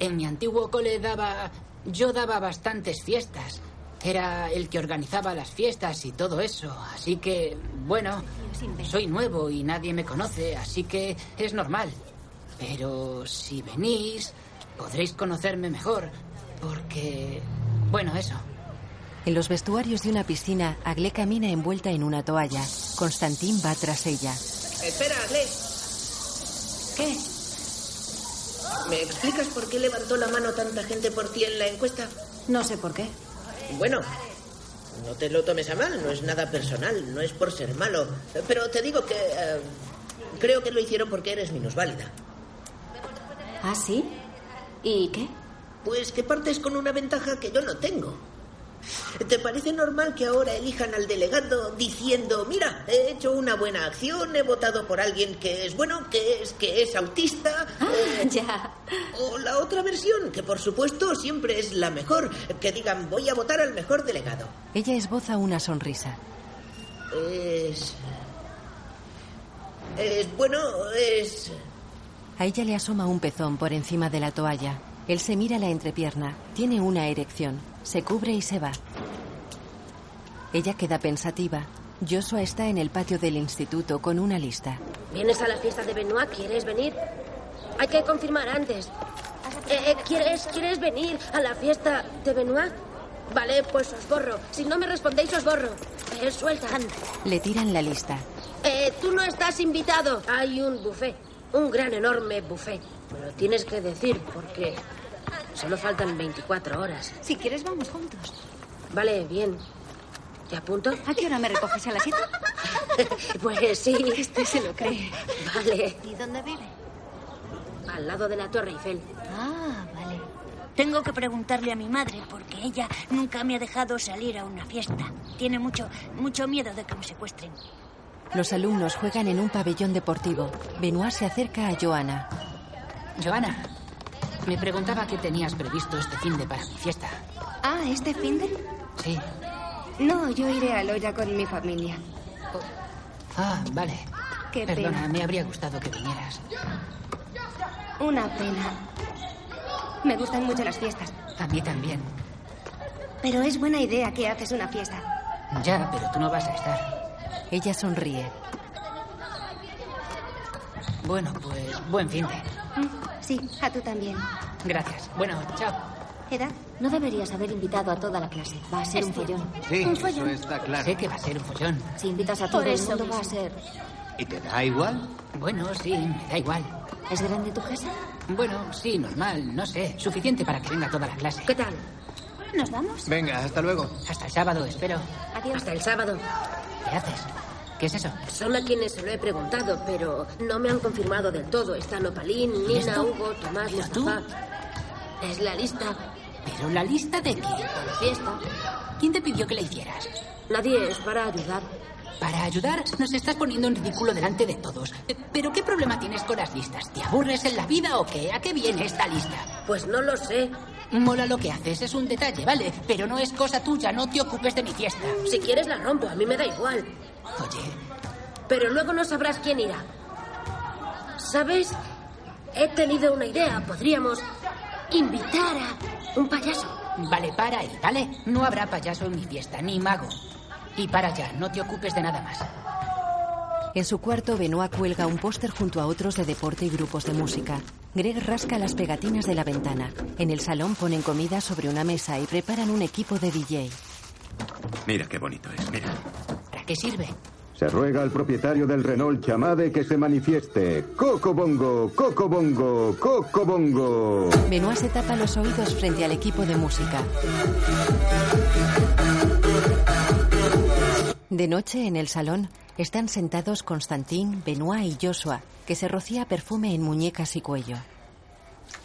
[SPEAKER 4] en mi antiguo cole daba. Yo daba bastantes fiestas. Era el que organizaba las fiestas y todo eso. Así que, bueno, soy nuevo y nadie me conoce, así que es normal. Pero si venís, podréis conocerme mejor, porque... Bueno, eso.
[SPEAKER 2] En los vestuarios de una piscina, Agle camina envuelta en una toalla. Constantín va tras ella.
[SPEAKER 14] Espera, Gle.
[SPEAKER 4] ¿Qué?
[SPEAKER 14] ¿Me explicas por qué levantó la mano tanta gente por ti en la encuesta?
[SPEAKER 15] No sé por qué.
[SPEAKER 14] Bueno, no te lo tomes a mal, no es nada personal, no es por ser malo. Pero te digo que eh, creo que lo hicieron porque eres minusválida.
[SPEAKER 15] ¿Ah, sí? ¿Y qué?
[SPEAKER 14] Pues que partes con una ventaja que yo no tengo. ¿Te parece normal que ahora elijan al delegado diciendo, mira, he hecho una buena acción, he votado por alguien que es bueno, que es que es autista?
[SPEAKER 15] Ah,
[SPEAKER 14] eh, o, O la otra versión, que por supuesto siempre es la mejor, que digan, voy a votar al mejor delegado.
[SPEAKER 2] Ella esboza una sonrisa.
[SPEAKER 14] Es es bueno, es
[SPEAKER 2] A ella le asoma un pezón por encima de la toalla. Él se mira la entrepierna, tiene una erección, se cubre y se va. Ella queda pensativa. Joshua está en el patio del instituto con una lista.
[SPEAKER 9] ¿Vienes a la fiesta de Benoit? ¿Quieres venir? Hay que confirmar antes. Eh, eh, ¿quieres, ¿Quieres venir a la fiesta de Benoit? Vale, pues os borro. Si no me respondéis, os borro. Eh, suelta.
[SPEAKER 2] Le tiran la lista.
[SPEAKER 9] Eh, tú no estás invitado. Hay un buffet. Un gran, enorme buffet. Me lo tienes que decir porque solo faltan 24 horas.
[SPEAKER 15] Si quieres, vamos juntos.
[SPEAKER 9] Vale, bien. ¿Te apunto?
[SPEAKER 15] ¿A qué hora me recoges a las 7?
[SPEAKER 9] [LAUGHS] Pues sí.
[SPEAKER 15] Este se lo cree.
[SPEAKER 9] Vale.
[SPEAKER 15] ¿Y dónde vive?
[SPEAKER 9] Al lado de la Torre Eiffel.
[SPEAKER 13] Ah, vale. Tengo que preguntarle a mi madre porque ella nunca me ha dejado salir a una fiesta. Tiene mucho, mucho miedo de que me secuestren.
[SPEAKER 2] Los alumnos juegan en un pabellón deportivo. Benoit se acerca a Joana.
[SPEAKER 4] Joana, me preguntaba qué tenías previsto este fin de para mi fiesta.
[SPEAKER 5] Ah, ¿este fin de?
[SPEAKER 4] Sí.
[SPEAKER 5] No, yo iré a Loya con mi familia.
[SPEAKER 4] Oh. Ah, vale.
[SPEAKER 5] Qué
[SPEAKER 4] Perdona,
[SPEAKER 5] pena.
[SPEAKER 4] me habría gustado que vinieras.
[SPEAKER 5] Una pena. Me gustan mucho las fiestas.
[SPEAKER 4] A mí también.
[SPEAKER 5] Pero es buena idea que haces una fiesta.
[SPEAKER 4] Ya, pero tú no vas a estar.
[SPEAKER 2] Ella sonríe.
[SPEAKER 4] Bueno, pues buen fin de.
[SPEAKER 5] Mm, Sí, a tú también.
[SPEAKER 4] Gracias. Bueno, chao.
[SPEAKER 5] ¿Edad?
[SPEAKER 9] No deberías haber invitado a toda la clase. Va a ser
[SPEAKER 23] Este.
[SPEAKER 9] un follón.
[SPEAKER 17] Sí, eso está claro.
[SPEAKER 4] Sé que va a ser un follón.
[SPEAKER 9] Si invitas a
[SPEAKER 4] Por
[SPEAKER 9] todo el
[SPEAKER 4] eso
[SPEAKER 9] mundo
[SPEAKER 4] mismo.
[SPEAKER 9] va a ser.
[SPEAKER 17] ¿Y te da igual?
[SPEAKER 4] Bueno, sí, me da igual.
[SPEAKER 9] ¿Es grande tu casa?
[SPEAKER 4] Bueno, sí, normal, no sé. Suficiente para que venga toda la clase.
[SPEAKER 9] ¿Qué tal?
[SPEAKER 5] ¿Nos vamos?
[SPEAKER 17] Venga, hasta luego.
[SPEAKER 4] Hasta el sábado, espero.
[SPEAKER 9] Adiós. Hasta el sábado.
[SPEAKER 4] ¿Qué haces? ¿Qué es eso?
[SPEAKER 9] Solo a quienes se lo he preguntado, pero no me han confirmado del todo. Están Opalín,
[SPEAKER 4] ¿Y
[SPEAKER 9] Nina,
[SPEAKER 4] esto?
[SPEAKER 9] Hugo, Tomás,
[SPEAKER 4] ¿Pero tú?
[SPEAKER 9] Mustafa. Es la lista.
[SPEAKER 4] ¿Pero la lista de qué?
[SPEAKER 9] Fiesta.
[SPEAKER 4] ¿Quién te pidió que la hicieras?
[SPEAKER 9] Nadie es para ayudar.
[SPEAKER 4] Para ayudar, nos estás poniendo en ridículo delante de todos. Eh, ¿Pero qué problema tienes con las listas? ¿Te aburres en la vida o qué? ¿A qué viene esta lista?
[SPEAKER 9] Pues no lo sé.
[SPEAKER 4] Mola lo que haces, es un detalle, ¿vale? Pero no es cosa tuya, no te ocupes de mi fiesta.
[SPEAKER 9] Si quieres la rompo, a mí me da igual.
[SPEAKER 4] Oye,
[SPEAKER 9] Pero luego no sabrás quién irá. ¿Sabes? He tenido una idea. Podríamos invitar a un payaso.
[SPEAKER 4] Vale, para ahí, ¿vale? No habrá payaso en mi fiesta, ni mago. Y para ya, no te ocupes de nada más.
[SPEAKER 2] En su cuarto, Benoit cuelga un póster junto a otros de deporte y grupos de música. Greg rasca las pegatinas de la ventana. En el salón ponen comida sobre una mesa y preparan un equipo de DJ.
[SPEAKER 7] Mira qué bonito ¿eh? es, mira.
[SPEAKER 4] ¿Para qué sirve?
[SPEAKER 3] Se ruega al propietario del Renault Chamade que se manifieste. Coco Bongo, Coco Bongo, Coco Bongo.
[SPEAKER 2] Benoit se tapa los oídos frente al equipo de música. De noche, en el salón, están sentados Constantín, Benoit y Joshua, que se rocía perfume en muñecas y cuello.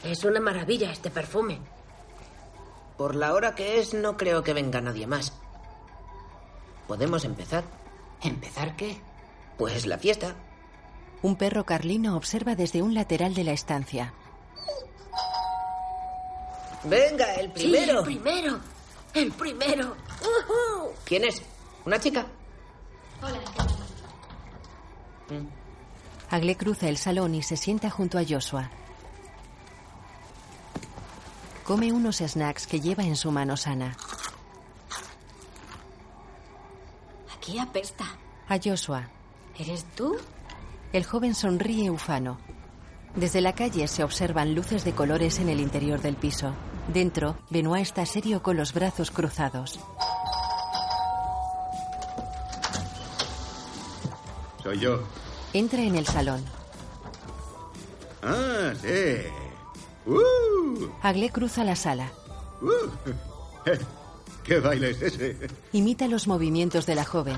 [SPEAKER 9] Es una maravilla este perfume.
[SPEAKER 14] Por la hora que es, no creo que venga nadie más. ¿Podemos empezar?
[SPEAKER 4] ¿Empezar qué?
[SPEAKER 14] Pues la fiesta.
[SPEAKER 2] Un perro carlino observa desde un lateral de la estancia.
[SPEAKER 14] Venga, el
[SPEAKER 9] Sí,
[SPEAKER 14] primero.
[SPEAKER 9] el primero. El primero. ¡Ujú!
[SPEAKER 14] ¿Quién es? ¿Una chica?
[SPEAKER 2] Agle cruza el salón y se sienta junto a Joshua. Come unos snacks que lleva en su mano sana.
[SPEAKER 15] Aquí apesta.
[SPEAKER 2] A Joshua.
[SPEAKER 15] ¿Eres tú?
[SPEAKER 2] El joven sonríe ufano. Desde la calle se observan luces de colores en el interior del piso. Dentro, Benoit está serio con los brazos cruzados.
[SPEAKER 7] Soy yo.
[SPEAKER 2] Entra en el salón.
[SPEAKER 7] Ah, sí. ¡Uh!
[SPEAKER 2] Aglé cruza la sala.
[SPEAKER 7] ¡Uh! [LAUGHS] ¿Qué baile es ese?
[SPEAKER 2] Imita los movimientos de la joven.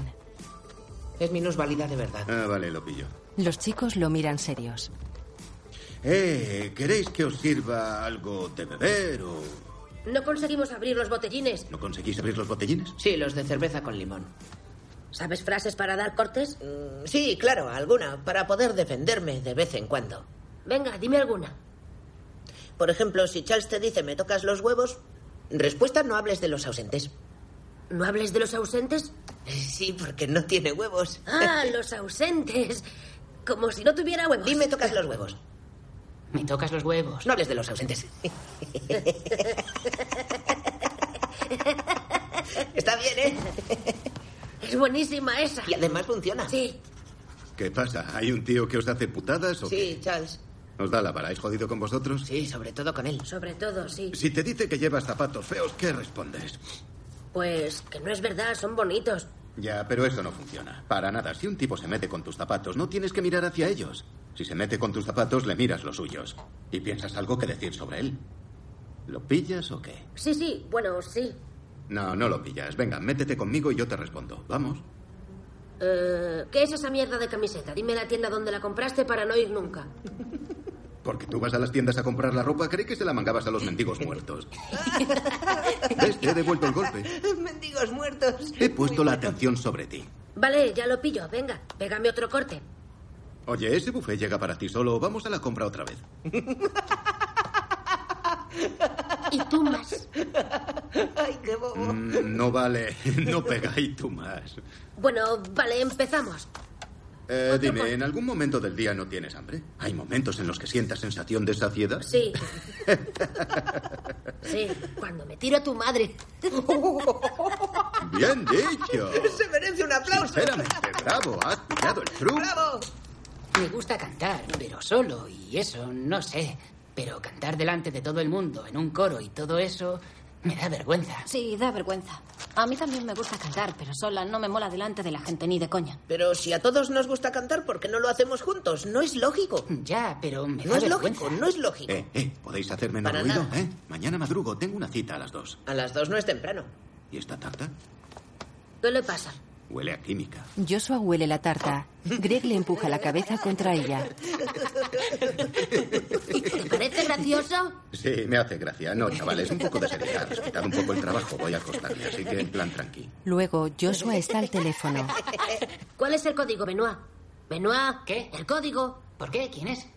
[SPEAKER 14] Es minusválida de verdad.
[SPEAKER 7] Ah, vale, lo pillo.
[SPEAKER 2] Los chicos lo miran serios.
[SPEAKER 7] Eh, ¿queréis que os sirva algo de beber o...?
[SPEAKER 9] No conseguimos abrir los botellines.
[SPEAKER 7] ¿No conseguís abrir los botellines?
[SPEAKER 14] Sí, los de cerveza con limón.
[SPEAKER 9] ¿Sabes frases para dar cortes?
[SPEAKER 14] Sí, claro, alguna, para poder defenderme de vez en cuando.
[SPEAKER 9] Venga, dime alguna.
[SPEAKER 14] Por ejemplo, si Charles te dice me tocas los huevos, respuesta no hables de los ausentes.
[SPEAKER 9] ¿No hables de los ausentes?
[SPEAKER 14] Sí, porque no tiene huevos. [LAUGHS]
[SPEAKER 9] Ah, los ausentes. Como si no tuviera huevos.
[SPEAKER 14] Dime tocas los huevos.
[SPEAKER 4] Me tocas los huevos.
[SPEAKER 14] No hables de
[SPEAKER 9] [LAUGHS]
[SPEAKER 14] los ausentes. Está bien, ¿eh?
[SPEAKER 9] Es buenísima esa.
[SPEAKER 14] Y además funciona.
[SPEAKER 9] Sí.
[SPEAKER 7] ¿Qué pasa? ¿Hay un tío que os hace putadas o
[SPEAKER 14] Sí, Charles.
[SPEAKER 7] qué? ¿Os da la vara? ¿Habéis jodido con vosotros?
[SPEAKER 14] Sí, sobre todo con él.
[SPEAKER 9] Sobre todo, sí.
[SPEAKER 7] Si te dice que llevas zapatos feos, ¿qué respondes?
[SPEAKER 9] Pues que no es verdad, son bonitos.
[SPEAKER 7] Ya, pero eso no funciona. Para nada. Si un tipo se mete con tus zapatos, no tienes que mirar hacia ellos. Si se mete con tus zapatos, le miras los suyos. Y piensas algo que decir sobre él. ¿Lo pillas o qué?
[SPEAKER 9] Sí, sí, bueno, sí.
[SPEAKER 7] No, no lo pillas. Venga, métete conmigo y yo te respondo. Vamos.
[SPEAKER 9] Eh, ¿Qué es esa mierda de camiseta? Dime la tienda donde la compraste para no ir nunca.
[SPEAKER 7] Porque tú vas a las tiendas a comprar la ropa, creí que se la mangabas a los mendigos
[SPEAKER 14] [LAUGHS]
[SPEAKER 7] muertos. ¿Ves? Te he devuelto el golpe.
[SPEAKER 14] [LAUGHS] Mendigos muertos.
[SPEAKER 7] He puesto la atención sobre ti.
[SPEAKER 9] Vale, ya lo pillo. Venga, pégame otro
[SPEAKER 14] [LAUGHS]
[SPEAKER 9] corte.
[SPEAKER 7] Oye, ese buffet llega para ti solo. Vamos a la compra otra vez.
[SPEAKER 9] Y tú más.
[SPEAKER 14] Ay, qué bobo.
[SPEAKER 7] Mm, no vale. [LAUGHS] No pegáis tú más.
[SPEAKER 9] Bueno, vale, empezamos.
[SPEAKER 7] Eh, dime, ¿en algún momento del día no tienes hambre? ¿Hay momentos en los que sientas sensación de saciedad?
[SPEAKER 14] [LAUGHS]
[SPEAKER 9] Sí. Sí, cuando me tiro a tu
[SPEAKER 14] [LAUGHS]
[SPEAKER 9] madre.
[SPEAKER 7] Bien dicho.
[SPEAKER 14] Se merece un aplauso.
[SPEAKER 7] Sinceramente, bravo. Has pillado el truco.
[SPEAKER 14] ¡Bravo!
[SPEAKER 4] Me gusta cantar, pero solo y eso no sé. Pero cantar delante de todo el mundo en un coro y todo eso me da vergüenza.
[SPEAKER 15] Sí, da vergüenza. A mí también me gusta cantar, pero sola no me mola delante de la gente ni de coña.
[SPEAKER 14] Pero si a todos nos gusta cantar, ¿por qué no lo hacemos juntos? No es lógico.
[SPEAKER 4] Ya, pero me
[SPEAKER 14] No
[SPEAKER 4] da
[SPEAKER 14] es
[SPEAKER 4] vergüenza.
[SPEAKER 14] lógico, no es lógico.
[SPEAKER 7] Eh, eh, ¿podéis hacerme menos
[SPEAKER 14] Para
[SPEAKER 7] ruido?
[SPEAKER 14] nada.
[SPEAKER 7] ¿Eh? Mañana madrugo, tengo una cita a las dos.
[SPEAKER 14] A las dos no es temprano.
[SPEAKER 7] ¿Y esta tarta?
[SPEAKER 9] ¿Qué le pasa?
[SPEAKER 7] Huele a química.
[SPEAKER 2] Joshua huele la tarta. Greg le empuja la cabeza contra ella.
[SPEAKER 9] ¿Te [LAUGHS] parece gracioso?
[SPEAKER 7] Sí, me hace gracia. No, chavales, un poco de seriedad. Respetad un poco el trabajo. Voy a acostarme, así que en plan tranqui.
[SPEAKER 2] Luego Joshua está al teléfono.
[SPEAKER 9] ¿Cuál es el código, Benoit? Benoit.
[SPEAKER 4] ¿Qué?
[SPEAKER 9] El código.
[SPEAKER 4] ¿Por qué? ¿Quién es?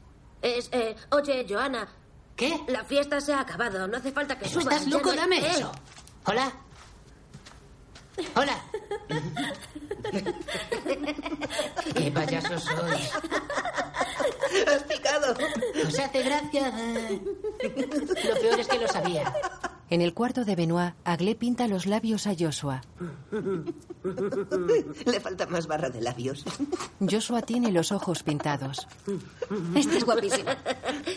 [SPEAKER 9] Es, eh, oye, Joana.
[SPEAKER 4] ¿Qué?
[SPEAKER 9] La fiesta se ha acabado, no hace falta que
[SPEAKER 4] ¿Pero
[SPEAKER 9] subas.
[SPEAKER 4] estás
[SPEAKER 9] ya
[SPEAKER 4] loco?
[SPEAKER 9] no-
[SPEAKER 4] Dame
[SPEAKER 9] Eh,
[SPEAKER 4] eso. Hola.
[SPEAKER 9] [LAUGHS]
[SPEAKER 4] Hola. Qué payasos sois.
[SPEAKER 14] [LAUGHS] Has picado.
[SPEAKER 4] Os hace gracia. Lo peor es que lo sabía.
[SPEAKER 2] En el cuarto de Benoit, Aglé pinta los labios a Joshua.
[SPEAKER 14] Le falta más barra de labios.
[SPEAKER 2] Joshua tiene los ojos pintados.
[SPEAKER 4] Este
[SPEAKER 2] Este
[SPEAKER 23] Estás guapísima.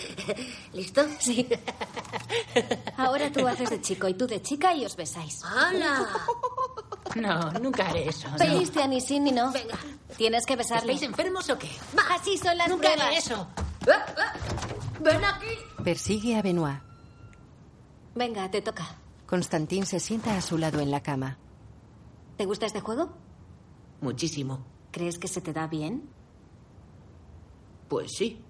[SPEAKER 9] [LAUGHS] ¿Listo? [LAUGHS]
[SPEAKER 23] Sí. Ahora tú haces de chico y tú de chica y os besáis.
[SPEAKER 9] ¡Hala!
[SPEAKER 4] No, nunca haré eso. Ah, no.
[SPEAKER 23] Pediste a ni sí ni no.
[SPEAKER 9] Venga,
[SPEAKER 23] Tienes que besarle.
[SPEAKER 4] ¿Estáis enfermos o qué?
[SPEAKER 23] Así son las
[SPEAKER 4] Nunca haré
[SPEAKER 23] pruebas.
[SPEAKER 4] eso.
[SPEAKER 9] ¡Ah, ah! ¡Ven aquí!
[SPEAKER 2] Persigue a Benoit.
[SPEAKER 23] Venga, te toca.
[SPEAKER 2] Constantín se sienta a su lado en la cama.
[SPEAKER 23] ¿Te gusta este juego?
[SPEAKER 14] Muchísimo.
[SPEAKER 23] ¿Crees que se te da bien?
[SPEAKER 14] Pues sí.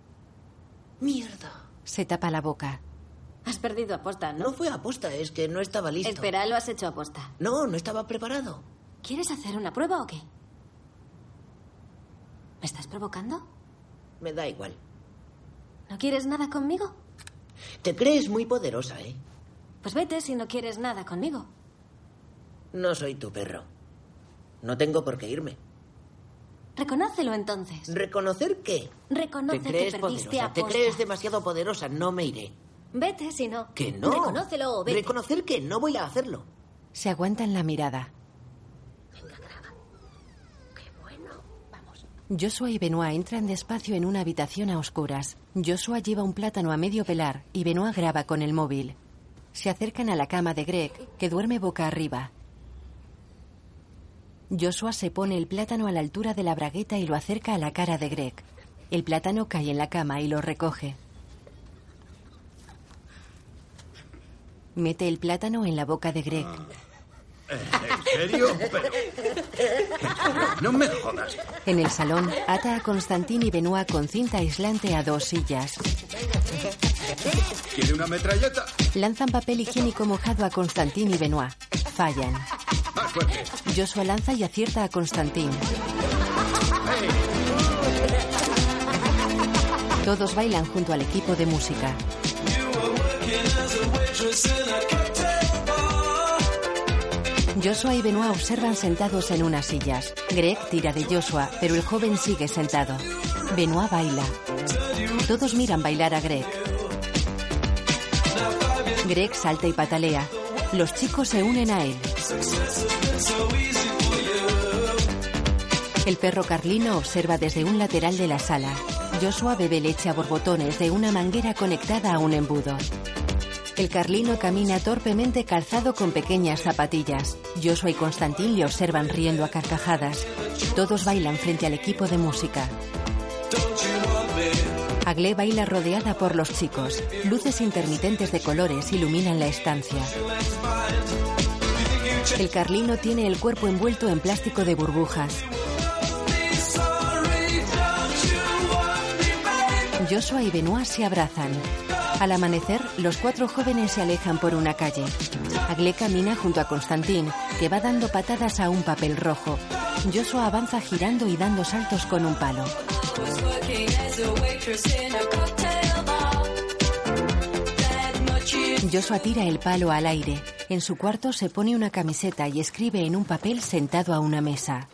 [SPEAKER 9] Mierda.
[SPEAKER 2] Se tapa la boca.
[SPEAKER 23] Has perdido aposta, ¿no?
[SPEAKER 14] No fue aposta, es que no estaba listo.
[SPEAKER 23] Espera, lo has hecho aposta.
[SPEAKER 14] No, no estaba preparado.
[SPEAKER 23] ¿Quieres hacer una prueba o qué? ¿Me estás provocando?
[SPEAKER 14] Me da igual.
[SPEAKER 23] ¿No quieres nada conmigo?
[SPEAKER 14] Te crees muy poderosa, ¿eh?
[SPEAKER 23] Pues vete si no quieres nada conmigo.
[SPEAKER 14] No soy tu perro. No tengo por qué irme.
[SPEAKER 23] Reconócelo entonces.
[SPEAKER 14] ¿Reconocer qué?
[SPEAKER 23] Reconoce
[SPEAKER 14] Te crees
[SPEAKER 23] que perdiste
[SPEAKER 14] poderosa. Te
[SPEAKER 23] aposta.
[SPEAKER 14] crees demasiado poderosa. No me iré.
[SPEAKER 23] Vete si no.
[SPEAKER 14] Que no.
[SPEAKER 23] Reconócelo o vete.
[SPEAKER 14] Reconocer que no voy a hacerlo.
[SPEAKER 2] Se aguantan la mirada. Joshua y Benoit entran despacio en una habitación a oscuras. Joshua lleva un plátano a medio pelar y Benoit graba con el móvil. Se acercan a la cama de Greg, que duerme boca arriba. Joshua se pone el plátano a la altura de la bragueta y lo acerca a la cara de Greg. El plátano cae en la cama y lo recoge. Mete el plátano en la boca de Greg.
[SPEAKER 7] ¿En serio? Pero... No me jodas.
[SPEAKER 2] En el salón, ata a Constantín y Benoit con cinta aislante a dos sillas.
[SPEAKER 7] ¿Quiere una metralleta?
[SPEAKER 2] Lanzan papel higiénico mojado a Constantín y Benoit. Fallan.
[SPEAKER 7] Más fuerte.
[SPEAKER 2] Joshua lanza y acierta a Constantín. Todos bailan junto al equipo de música. Joshua y Benoit observan sentados en unas sillas. Greg tira de Joshua, pero el joven sigue sentado. Benoit baila. Todos miran bailar a Greg. Greg salta y patalea. Los chicos se unen a él. El perro carlino observa desde un lateral de la sala. Joshua bebe leche a borbotones de una manguera conectada a un embudo. El carlino camina torpemente calzado con pequeñas zapatillas. Joshua y Constantín le observan riendo a carcajadas. Todos bailan frente al equipo de música. Agle baila rodeada por los chicos. Luces intermitentes de colores iluminan la estancia. El carlino tiene el cuerpo envuelto en plástico de burbujas. Joshua y Benoit se abrazan. Al amanecer, los cuatro jóvenes se alejan por una calle. Agle camina junto a Constantín, que va dando patadas a un papel rojo. Joshua avanza girando y dando saltos con un palo. Joshua tira el palo al aire. En su cuarto se pone una camiseta y escribe en un papel sentado a una mesa.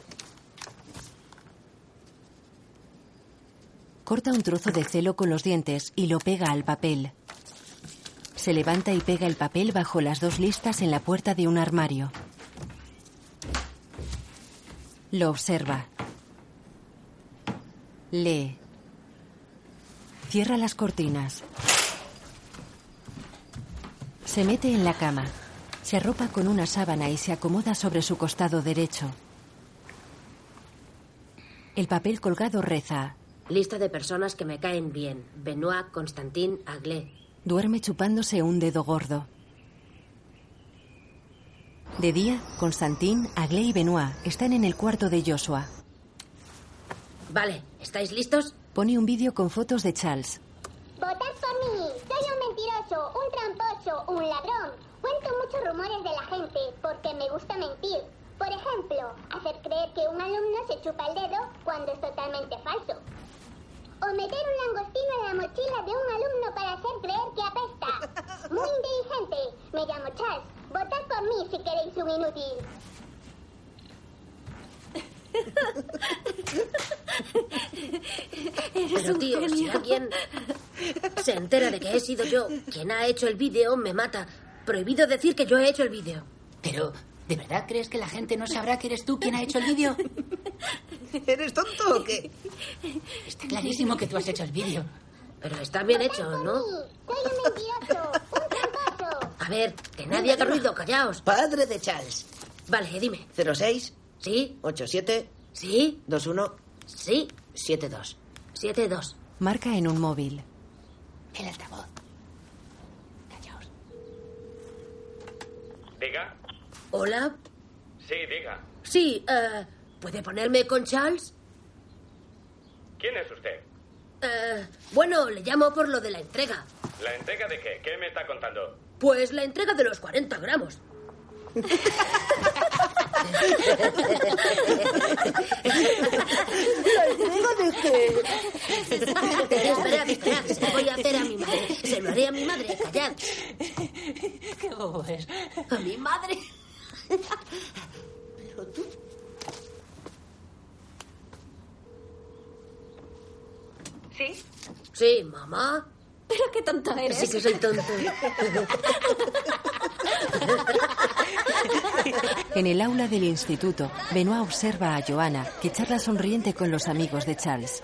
[SPEAKER 2] Corta un trozo de celo con los dientes y lo pega al papel. Se levanta y pega el papel bajo las dos listas en la puerta de un armario. Lo observa. Lee. Cierra las cortinas. Se mete en la cama. Se arropa con una sábana y se acomoda sobre su costado derecho. El papel colgado reza.
[SPEAKER 9] Lista de personas que me caen bien. Benoit, Constantín, Aglé.
[SPEAKER 2] Duerme chupándose un dedo gordo. De día, Constantín, Aglé y Benoit están en el cuarto de Joshua.
[SPEAKER 9] Vale, ¿estáis listos?
[SPEAKER 2] Pone un vídeo con fotos de Charles.
[SPEAKER 6] Votad por mí. Soy un mentiroso, un tramposo, un ladrón. Cuento muchos rumores de la gente porque me gusta mentir. Por ejemplo, hacer creer que un alumno se chupa el dedo cuando es totalmente falso. O meter un langostino en la mochila de un alumno para hacer creer que
[SPEAKER 9] [LAUGHS]
[SPEAKER 6] apesta. Muy inteligente. Me llamo Charles. Votad por mí si queréis un inútil. [LAUGHS]
[SPEAKER 9] Pero tío, si alguien se entera de que he sido yo quien ha hecho el vídeo, me mata. Prohibido decir que yo he hecho el vídeo.
[SPEAKER 4] Pero, ¿de verdad crees que la gente no sabrá que eres tú quien ha hecho el vídeo?
[SPEAKER 14] [LAUGHS] ¿Eres tonto o qué?
[SPEAKER 4] Está clarísimo que tú has hecho el vídeo.
[SPEAKER 9] Pero está bien hecho, ¿no?
[SPEAKER 6] Soy un mentiroso, un tramposo.
[SPEAKER 9] A ver, que nadie haga ruido, callaos.
[SPEAKER 14] Padre de Charles.
[SPEAKER 9] Vale, dime.
[SPEAKER 14] 06
[SPEAKER 9] ¿Sí?
[SPEAKER 14] 87
[SPEAKER 9] ¿Sí?
[SPEAKER 14] 21
[SPEAKER 9] ¿Sí?
[SPEAKER 23] [LAUGHS]
[SPEAKER 14] 72.
[SPEAKER 9] 7-2.
[SPEAKER 2] Marca en un móvil.
[SPEAKER 4] El altavoz. Callaos.
[SPEAKER 11] Diga.
[SPEAKER 9] Hola.
[SPEAKER 11] Sí, diga.
[SPEAKER 9] Sí, eh, ¿puede ponerme con Charles?
[SPEAKER 11] ¿Quién es usted?
[SPEAKER 9] Eh, bueno, le llamo por lo de la entrega.
[SPEAKER 11] ¿La entrega de qué? ¿Qué me está contando?
[SPEAKER 9] Pues la entrega de los 40 gramos. Esperad, esperad, se lo voy a hacer a mi madre. Se lo haré a mi madre, callad.
[SPEAKER 4] Qué bobo es.
[SPEAKER 9] A mi madre.
[SPEAKER 14] Pero tú.
[SPEAKER 16] ¿Sí?
[SPEAKER 9] Sí, mamá.
[SPEAKER 15] Pero qué tonto eres.
[SPEAKER 9] Sí que soy tonto.
[SPEAKER 2] En el aula del instituto, Benoit observa a Joana, que charla sonriente con los amigos de Charles.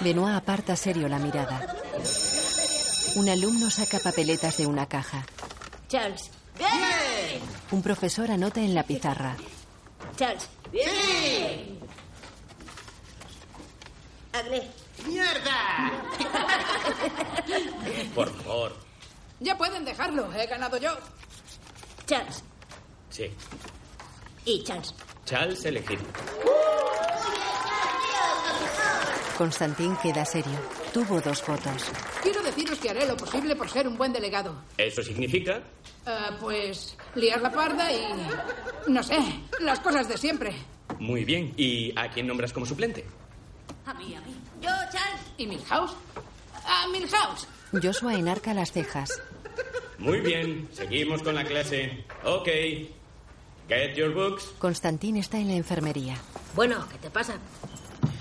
[SPEAKER 2] Benoit aparta serio la mirada. Un alumno saca papeletas de una caja.
[SPEAKER 9] Charles.
[SPEAKER 10] ¡Bien!
[SPEAKER 2] Un profesor anota en la pizarra.
[SPEAKER 9] Charles.
[SPEAKER 10] ¡Bien!
[SPEAKER 9] Aglé.
[SPEAKER 17] ¡Mierda! Por favor.
[SPEAKER 12] Ya pueden dejarlo, he ganado yo.
[SPEAKER 9] Charles.
[SPEAKER 11] Sí.
[SPEAKER 9] Y Charles.
[SPEAKER 11] Charles elegido.
[SPEAKER 2] Constantín queda serio. Tuvo dos votos.
[SPEAKER 12] Quiero deciros que haré lo posible por ser un buen delegado.
[SPEAKER 11] Eso significa.
[SPEAKER 12] Ah, pues liar la parda y... No sé, las cosas de siempre.
[SPEAKER 11] Muy bien. ¿Y a quién nombras como suplente?
[SPEAKER 12] A mí, a mí. Yo, Charles. ¿Y Milhouse? A Milhouse.
[SPEAKER 2] Joshua enarca las cejas.
[SPEAKER 11] Muy bien. Seguimos con la clase. Ok. Get your books.
[SPEAKER 2] Constantín está en la enfermería.
[SPEAKER 9] Bueno, ¿qué te pasa?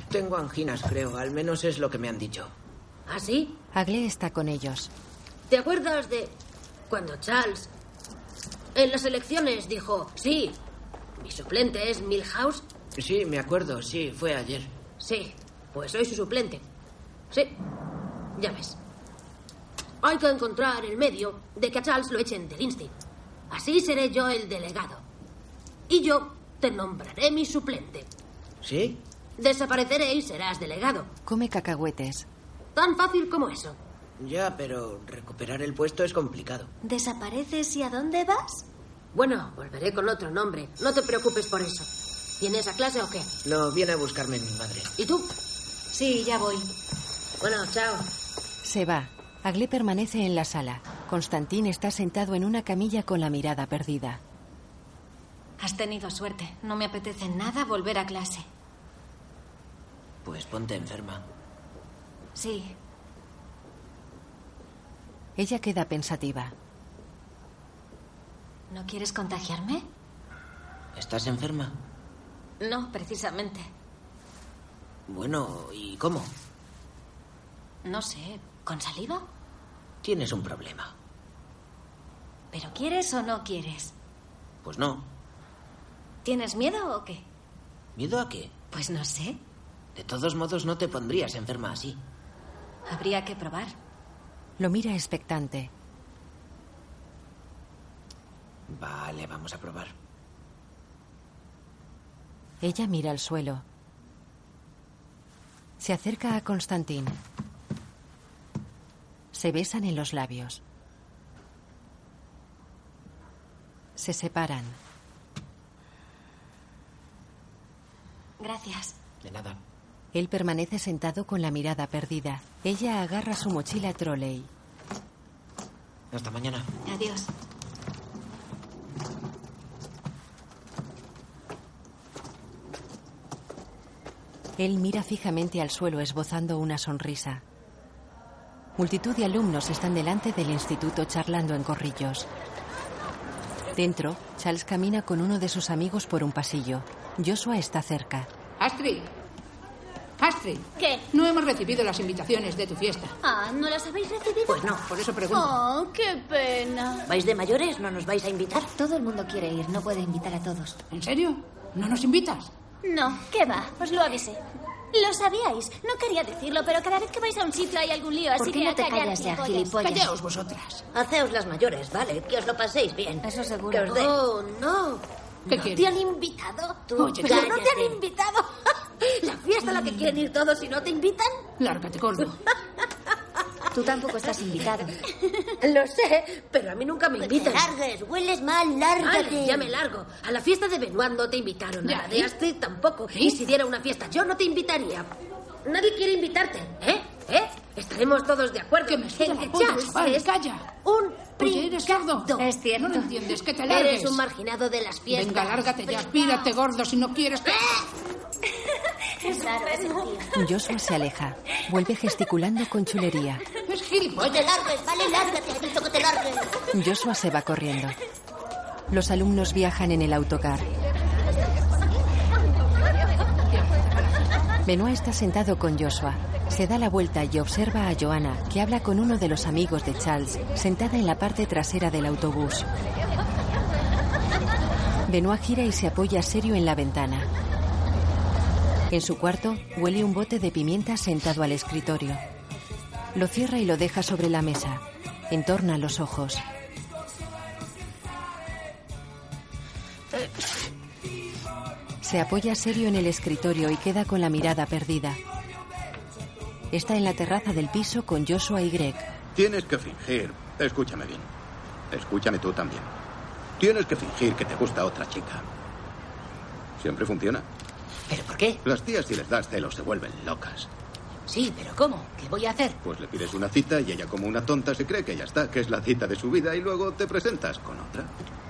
[SPEAKER 14] Tengo anginas, creo. Al menos es lo que me han dicho.
[SPEAKER 9] ¿Ah, sí?
[SPEAKER 2] Agle está con ellos.
[SPEAKER 9] ¿Te acuerdas de cuando Charles en las elecciones dijo, sí, mi suplente es Milhouse?
[SPEAKER 14] Sí, me acuerdo. Sí, fue ayer.
[SPEAKER 9] Sí, pues soy su suplente. Sí, ya ves. Hay que encontrar el medio de que a Charles lo echen del Insti. Así seré yo el delegado. Y yo te nombraré mi suplente.
[SPEAKER 14] ¿Sí?
[SPEAKER 9] Desapareceré y serás delegado.
[SPEAKER 2] Come cacahuetes.
[SPEAKER 9] Tan fácil como eso.
[SPEAKER 14] Ya, pero recuperar el puesto es complicado.
[SPEAKER 9] ¿Desapareces y a dónde vas? Bueno, volveré con otro nombre. No te preocupes por eso. ¿Tienes a clase o qué?
[SPEAKER 14] No, viene a buscarme mi madre.
[SPEAKER 9] ¿Y tú?
[SPEAKER 23] Sí, ya voy.
[SPEAKER 9] Bueno, chao.
[SPEAKER 2] Se va. Agle permanece en la sala. Constantín está sentado en una camilla con la mirada perdida.
[SPEAKER 23] Has tenido suerte. No me apetece nada volver a clase.
[SPEAKER 14] Pues ponte enferma.
[SPEAKER 23] Sí,
[SPEAKER 2] Ella queda pensativa.
[SPEAKER 23] ¿no quieres contagiarme?
[SPEAKER 14] ¿Estás enferma?
[SPEAKER 23] No, precisamente.
[SPEAKER 14] Bueno, ¿y cómo?
[SPEAKER 23] No sé, ¿con saliva?
[SPEAKER 14] Tienes un problema.
[SPEAKER 23] ¿Pero quieres o no quieres?
[SPEAKER 14] Pues no.
[SPEAKER 23] ¿Tienes miedo o qué?
[SPEAKER 14] ¿Miedo a qué?
[SPEAKER 23] Pues no sé.
[SPEAKER 14] De todos modos, no te pondrías enferma así.
[SPEAKER 23] Habría que probar.
[SPEAKER 2] Lo mira expectante.
[SPEAKER 14] Vale, vamos a probar.
[SPEAKER 2] Ella mira al suelo. Se acerca a Constantín. Se besan en los labios. Se separan.
[SPEAKER 23] Gracias.
[SPEAKER 14] De nada.
[SPEAKER 2] Él permanece sentado con la mirada perdida. Ella agarra su mochila trolley.
[SPEAKER 14] Hasta mañana.
[SPEAKER 23] Adiós.
[SPEAKER 2] Él mira fijamente al suelo esbozando una sonrisa. Multitud de alumnos están delante del instituto charlando en corrillos. Dentro, Charles camina con uno de sus amigos por un pasillo. Joshua está cerca.
[SPEAKER 12] Astrid. Astrid.
[SPEAKER 9] ¿Qué?
[SPEAKER 12] No hemos recibido las invitaciones de tu fiesta.
[SPEAKER 9] Ah, ¿no las habéis recibido?
[SPEAKER 10] Pues no.
[SPEAKER 12] Por eso pregunto.
[SPEAKER 10] Oh,
[SPEAKER 23] qué pena.
[SPEAKER 10] ¿Vais de mayores? ¿No nos vais a invitar?
[SPEAKER 23] Todo el mundo quiere ir, no puede invitar a todos.
[SPEAKER 12] ¿En serio? ¿No nos invitas?
[SPEAKER 8] No, ¿qué va? Os lo avisé. Lo sabíais. No quería decirlo, pero cada vez que vais a un sitio hay algún lío, así
[SPEAKER 23] ¿Por qué
[SPEAKER 8] que
[SPEAKER 23] no
[SPEAKER 8] a
[SPEAKER 23] te
[SPEAKER 8] callar,
[SPEAKER 23] callas ya, gilipollas?
[SPEAKER 12] Callaos vosotras.
[SPEAKER 10] Haceos las mayores, vale. Que os lo paséis bien.
[SPEAKER 23] Eso seguro.
[SPEAKER 10] Que os den.
[SPEAKER 9] Oh, no.
[SPEAKER 12] ¿Qué
[SPEAKER 10] No.
[SPEAKER 12] quieres?
[SPEAKER 9] ¿Te han invitado?
[SPEAKER 10] Tú
[SPEAKER 9] Oye, pero no te
[SPEAKER 10] cállate.
[SPEAKER 9] han invitado. [LAUGHS] La fiesta a la que quieren ir todos y no te invitan.
[SPEAKER 12] Lárgate,
[SPEAKER 9] [LAUGHS]
[SPEAKER 12] gordo.
[SPEAKER 23] Tú tampoco estás invitado.
[SPEAKER 9] Lo sé, pero a mí nunca me invitan.
[SPEAKER 10] largues, hueles mal, lárgate.
[SPEAKER 9] Vale, ya me largo. A la fiesta de Benoit no te invitaron.
[SPEAKER 12] Ya, ¿eh?
[SPEAKER 9] a la de
[SPEAKER 12] ¿y?
[SPEAKER 9] Astrid tampoco. Y si diera una fiesta, yo no te invitaría. Nadie quiere invitarte, ¿eh? ¿Eh? Estaremos todos de acuerdo.
[SPEAKER 12] Que me suda
[SPEAKER 9] en
[SPEAKER 12] la
[SPEAKER 9] que
[SPEAKER 12] polla,
[SPEAKER 9] Charles
[SPEAKER 12] chaval,
[SPEAKER 9] es
[SPEAKER 12] calla.
[SPEAKER 9] un
[SPEAKER 12] Oye, eres gordo.
[SPEAKER 23] Es
[SPEAKER 12] No
[SPEAKER 23] cierto.
[SPEAKER 12] lo entiendes, que te largues.
[SPEAKER 9] Eres un marginado de las fiestas.
[SPEAKER 12] Venga, lárgate ya, pírate, gordo, si no quieres que...
[SPEAKER 8] Claro, es el tío.
[SPEAKER 2] Joshua se aleja. Vuelve gesticulando con chulería.
[SPEAKER 12] Es
[SPEAKER 10] Que
[SPEAKER 12] gilipollas.
[SPEAKER 10] te largues, vale, lárgate. Has dicho que te largues.
[SPEAKER 2] Joshua se va corriendo. Los alumnos viajan en el autocar. Benoit está sentado con Joshua. Se da la vuelta y observa a Joanna, que habla con uno de los amigos de Charles, sentada en la parte trasera del autobús. Benoit gira y se apoya serio en la ventana. En su cuarto, huele un bote de pimienta sentado al escritorio. Lo cierra y lo deja sobre la mesa. Entorna los ojos. Se apoya serio en el escritorio y queda con la mirada perdida. Está en la terraza del piso con Joshua y Greg.
[SPEAKER 7] Tienes que fingir. Escúchame bien. Escúchame tú también. Tienes que fingir que te gusta otra chica. Siempre funciona.
[SPEAKER 4] ¿Pero por qué?
[SPEAKER 7] Las tías si les das celos se vuelven locas.
[SPEAKER 4] Sí, pero ¿cómo? ¿Qué voy a hacer?
[SPEAKER 7] Pues le pides una cita y ella como una tonta se cree que ya está, que es la cita de su vida y luego te presentas con otra.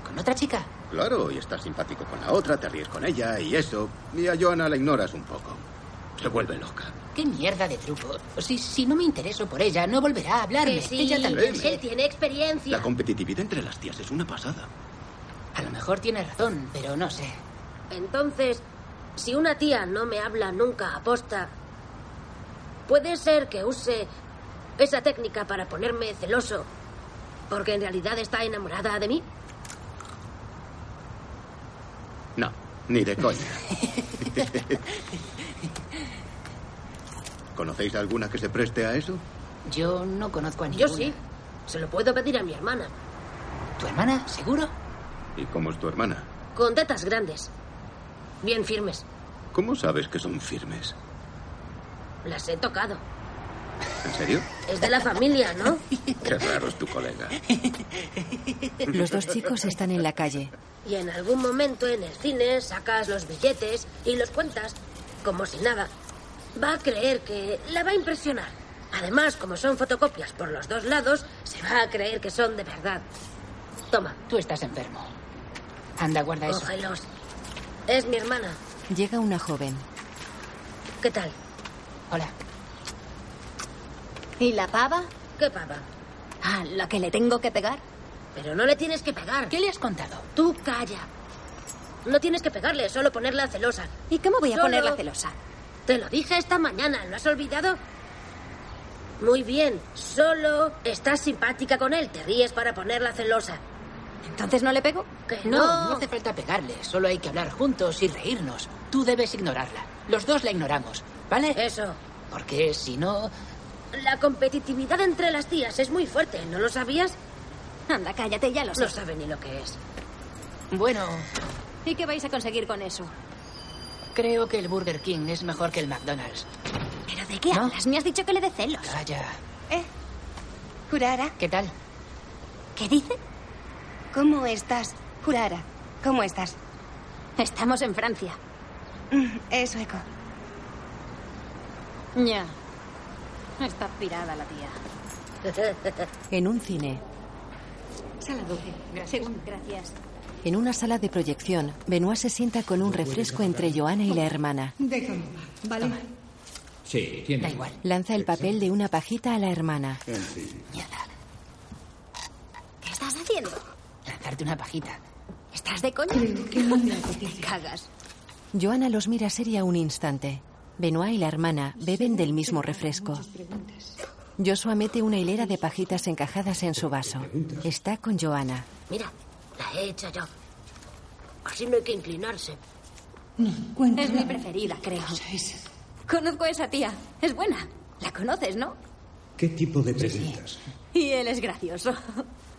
[SPEAKER 4] ¿Con otra chica?
[SPEAKER 7] Claro, y estás simpático con la otra, te ríes con ella y eso. Y a Joana la ignoras un poco. Se vuelve loca.
[SPEAKER 4] ¿Qué mierda de truco? Si, si no me intereso por ella, no volverá a hablarme.
[SPEAKER 9] Que sí,
[SPEAKER 4] ella también.
[SPEAKER 9] Él tiene experiencia.
[SPEAKER 7] La competitividad entre las tías es una pasada.
[SPEAKER 4] A lo mejor tiene razón, pero no sé.
[SPEAKER 9] Entonces, si una tía no me habla nunca aposta, puede ser que use esa técnica para ponerme celoso, porque en realidad está enamorada de mí.
[SPEAKER 7] No, ni de coña. [LAUGHS] ¿Conocéis alguna que se preste a eso?
[SPEAKER 4] Yo no conozco a
[SPEAKER 9] Yo
[SPEAKER 4] ninguna.
[SPEAKER 9] sí. Se lo puedo pedir a mi hermana.
[SPEAKER 4] ¿Tu hermana? ¿Seguro?
[SPEAKER 7] ¿Y cómo es tu hermana?
[SPEAKER 9] Con tetas grandes. Bien firmes.
[SPEAKER 7] ¿Cómo sabes que son firmes?
[SPEAKER 9] Las he tocado.
[SPEAKER 7] ¿En
[SPEAKER 24] [LAUGHS]
[SPEAKER 7] serio?
[SPEAKER 9] Es de la familia, ¿no?
[SPEAKER 7] Qué raro es tu colega.
[SPEAKER 2] [LAUGHS] Los dos chicos están en la calle.
[SPEAKER 9] Y en algún momento en el cine sacas los billetes y los cuentas como si nada. Va a creer que la va a impresionar. Además, como son fotocopias por los dos lados, se va a creer que son de verdad. Toma.
[SPEAKER 4] Tú estás enfermo. Anda, guarda eso.
[SPEAKER 9] Cógelos. Es mi hermana.
[SPEAKER 2] Llega una joven.
[SPEAKER 9] ¿Qué tal?
[SPEAKER 4] Hola.
[SPEAKER 23] ¿Y la pava?
[SPEAKER 9] ¿Qué pava?
[SPEAKER 23] Ah, la que le tengo que pegar.
[SPEAKER 9] Pero no le tienes que pegar.
[SPEAKER 4] ¿Qué le has contado?
[SPEAKER 9] Tú calla. No tienes que pegarle, solo ponerla celosa.
[SPEAKER 23] ¿Y cómo voy a
[SPEAKER 9] Solo-
[SPEAKER 23] ponerla celosa?
[SPEAKER 9] Te lo dije esta mañana, ¿lo has olvidado? Muy bien, solo estás simpática con él, te ríes para ponerla celosa.
[SPEAKER 23] ¿Entonces no le pego?
[SPEAKER 9] Que
[SPEAKER 4] No, no, hace falta pegarle. Solo hay que hablar juntos y reírnos. Tú debes ignorarla. Los dos la ignoramos, ¿vale?
[SPEAKER 9] Eso.
[SPEAKER 4] Porque si no.
[SPEAKER 9] La competitividad entre las tías es muy fuerte, ¿no lo sabías?
[SPEAKER 23] Anda, cállate, ya lo sé.
[SPEAKER 9] No sabe ni lo que es.
[SPEAKER 4] Bueno,
[SPEAKER 23] ¿Y qué vais a conseguir con eso?
[SPEAKER 4] creo que el Burger King es mejor que el McDonald's. Ah,
[SPEAKER 23] ¿Pero de qué hablas? Me has dicho que le dé celos.
[SPEAKER 4] Calla.
[SPEAKER 5] Jurara,
[SPEAKER 4] ¿Qué tal?
[SPEAKER 23] ¿Qué dice?
[SPEAKER 5] ¿cómo estás? Jurara, ¿cómo estás?
[SPEAKER 23] Estamos en Francia.
[SPEAKER 5] Mm, Es sueco.
[SPEAKER 23] Ya. Está pirada la tía.
[SPEAKER 2] En un cine.
[SPEAKER 23] Sala 12. Gracias. Gracias.
[SPEAKER 2] En una sala de proyección, Benoit se sienta con un refresco entre Joana y la hermana.
[SPEAKER 25] Déjame, ¿vale?
[SPEAKER 11] Sí, tiene. Da igual.
[SPEAKER 2] Lanza el papel de una pajita a la hermana.
[SPEAKER 23] ¿Qué estás haciendo?
[SPEAKER 4] Lanzarte una pajita.
[SPEAKER 23] ¿Estás de coña? Te cagas.
[SPEAKER 2] Joana los mira seria un instante. Benoit y la hermana beben del mismo refresco. Joshua mete una hilera de pajitas encajadas en su vaso. Está con Joana.
[SPEAKER 9] Mira, la he hecho yo. Así no hay que inclinarse.
[SPEAKER 23] Es mi preferida, creo. Conozco a esa tía. Es buena. La conoces, ¿no?
[SPEAKER 26] ¿Qué tipo de preguntas?
[SPEAKER 23] Y él es gracioso.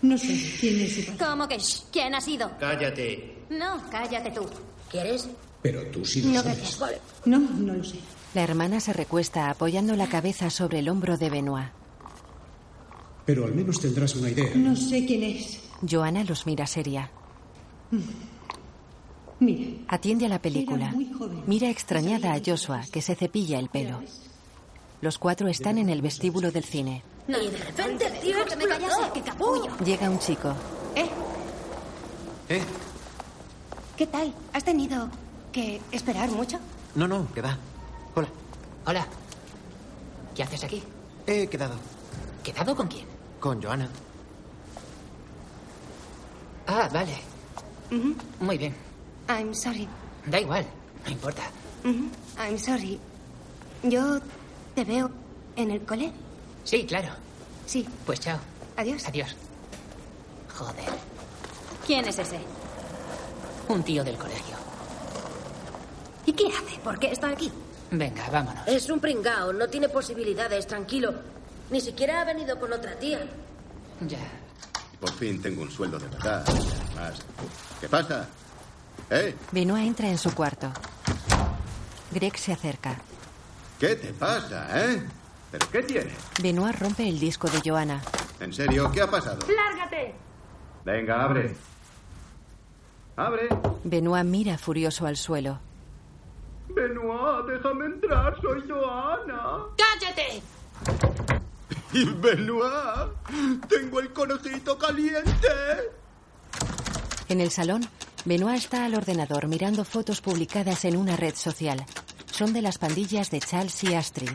[SPEAKER 26] No sé quién es su
[SPEAKER 23] ¿Cómo que? shh? ¿Quién ha sido?
[SPEAKER 26] Cállate.
[SPEAKER 23] No, cállate tú.
[SPEAKER 9] ¿Quieres?
[SPEAKER 26] Pero tú sí lo sabes.
[SPEAKER 9] Vale.
[SPEAKER 26] No, no lo sé.
[SPEAKER 2] La hermana se recuesta apoyando la cabeza sobre el hombro de Benoit.
[SPEAKER 26] Pero al menos tendrás una idea.
[SPEAKER 25] No sé quién es. Mm.
[SPEAKER 2] Joana los mira seria.
[SPEAKER 25] Mira,
[SPEAKER 2] Atiende a la película. Mira extrañada a Joshua, que se cepilla el pelo. Los cuatro están en el vestíbulo del cine.
[SPEAKER 9] y de repente el tío
[SPEAKER 23] que me callase, que capullo.
[SPEAKER 2] Llega un chico.
[SPEAKER 24] ¿Eh?
[SPEAKER 5] ¿Qué tal? ¿Has tenido que esperar mucho?
[SPEAKER 24] No, no, que va. Hola.
[SPEAKER 4] Hola. ¿Qué haces aquí?
[SPEAKER 24] He quedado
[SPEAKER 4] ¿Quedado con quién?
[SPEAKER 24] con Joana.
[SPEAKER 4] Ah, vale.
[SPEAKER 5] Ujú.
[SPEAKER 4] Muy bien.
[SPEAKER 5] I'm sorry.
[SPEAKER 4] Da igual. No importa.
[SPEAKER 5] Ujú. I'm sorry. Yo te veo en el cole.
[SPEAKER 4] Sí, claro.
[SPEAKER 5] Sí.
[SPEAKER 4] Pues chao.
[SPEAKER 5] Adiós.
[SPEAKER 4] Adiós. Joder.
[SPEAKER 23] ¿Quién es ese?
[SPEAKER 4] Un tío del colegio.
[SPEAKER 23] ¿Y qué hace? ¿Por qué está aquí?
[SPEAKER 4] Venga, vámonos.
[SPEAKER 9] Es un pringao, no tiene posibilidades, tranquilo. Ni siquiera ha venido con otra tía.
[SPEAKER 4] Ya.
[SPEAKER 7] Por fin tengo un sueldo de verdad. Más. ¿Qué pasa? ¿Eh?
[SPEAKER 2] Benoit entra en su cuarto. Greg se acerca.
[SPEAKER 7] ¿Qué te pasa, eh? ¿Pero qué tiene?
[SPEAKER 2] Benoit rompe el disco de Joana.
[SPEAKER 7] ¿En serio? ¿Qué ha pasado?
[SPEAKER 16] ¡Lárgate!
[SPEAKER 7] Venga, abre. Abre.
[SPEAKER 2] Benoit mira furioso al suelo.
[SPEAKER 1] Benoit, déjame entrar, soy Joana.
[SPEAKER 4] ¡Cállate!
[SPEAKER 1] Y Benoit, tengo el conejito caliente.
[SPEAKER 2] En el salón, Benoit está al ordenador mirando fotos publicadas en una red social. Son de las pandillas de Charles y Astrid.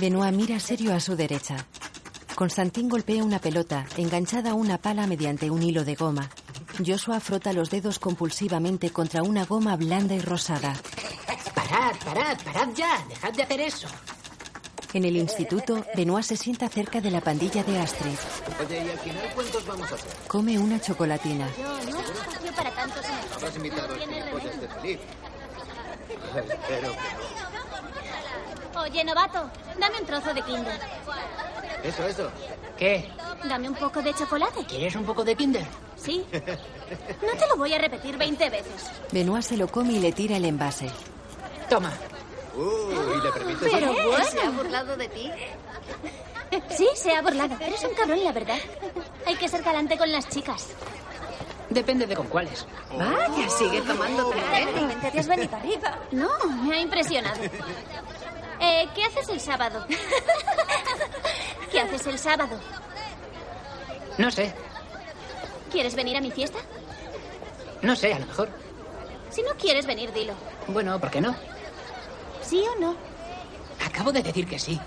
[SPEAKER 2] Benoit mira serio a su derecha. Constantín golpea una pelota enganchada a una pala mediante un hilo de goma. Joshua frota los dedos compulsivamente contra una goma blanda y rosada.
[SPEAKER 4] Parad, parad, parad ya. Dejad de hacer eso.
[SPEAKER 2] En el instituto, Benoit se sienta cerca de la pandilla de Astrid.
[SPEAKER 27] Oye, ¿y al final cuántos vamos a hacer?
[SPEAKER 2] Come una chocolatina.
[SPEAKER 27] no hay espacio para tantos Habrás invitado al gilipollas de Felipe. Espero que
[SPEAKER 8] Oye, novato, dame un trozo de Kinder.
[SPEAKER 27] no. Eso, eso.
[SPEAKER 4] ¿Qué?
[SPEAKER 8] Dame un poco de chocolate.
[SPEAKER 4] ¿Quieres un poco de Kinder?
[SPEAKER 8] Sí. No te lo voy a repetir 20 veces.
[SPEAKER 2] Benoit se lo come y le tira el envase.
[SPEAKER 4] Toma.
[SPEAKER 27] Uh, y le permites...
[SPEAKER 8] Pero bueno.
[SPEAKER 23] ¿Se ha burlado de ti?
[SPEAKER 8] [LAUGHS] Sí, se ha burlado. Eres un cabrón, la verdad. Hay que ser galante con las chicas.
[SPEAKER 4] Depende de con cuáles.
[SPEAKER 23] Vaya, sigue tomando
[SPEAKER 8] Prácticamente te has venido arriba. No, me ha impresionado. Eh, ¿Qué haces el sábado? [LAUGHS] ¿Qué haces el sábado?
[SPEAKER 4] No sé,
[SPEAKER 8] ¿Quieres venir a mi fiesta?
[SPEAKER 4] no sé, a lo mejor.
[SPEAKER 8] Si no quieres venir, dilo.
[SPEAKER 4] Bueno, ¿por qué no?
[SPEAKER 8] ¿Sí o no?
[SPEAKER 4] Acabo de decir que sí.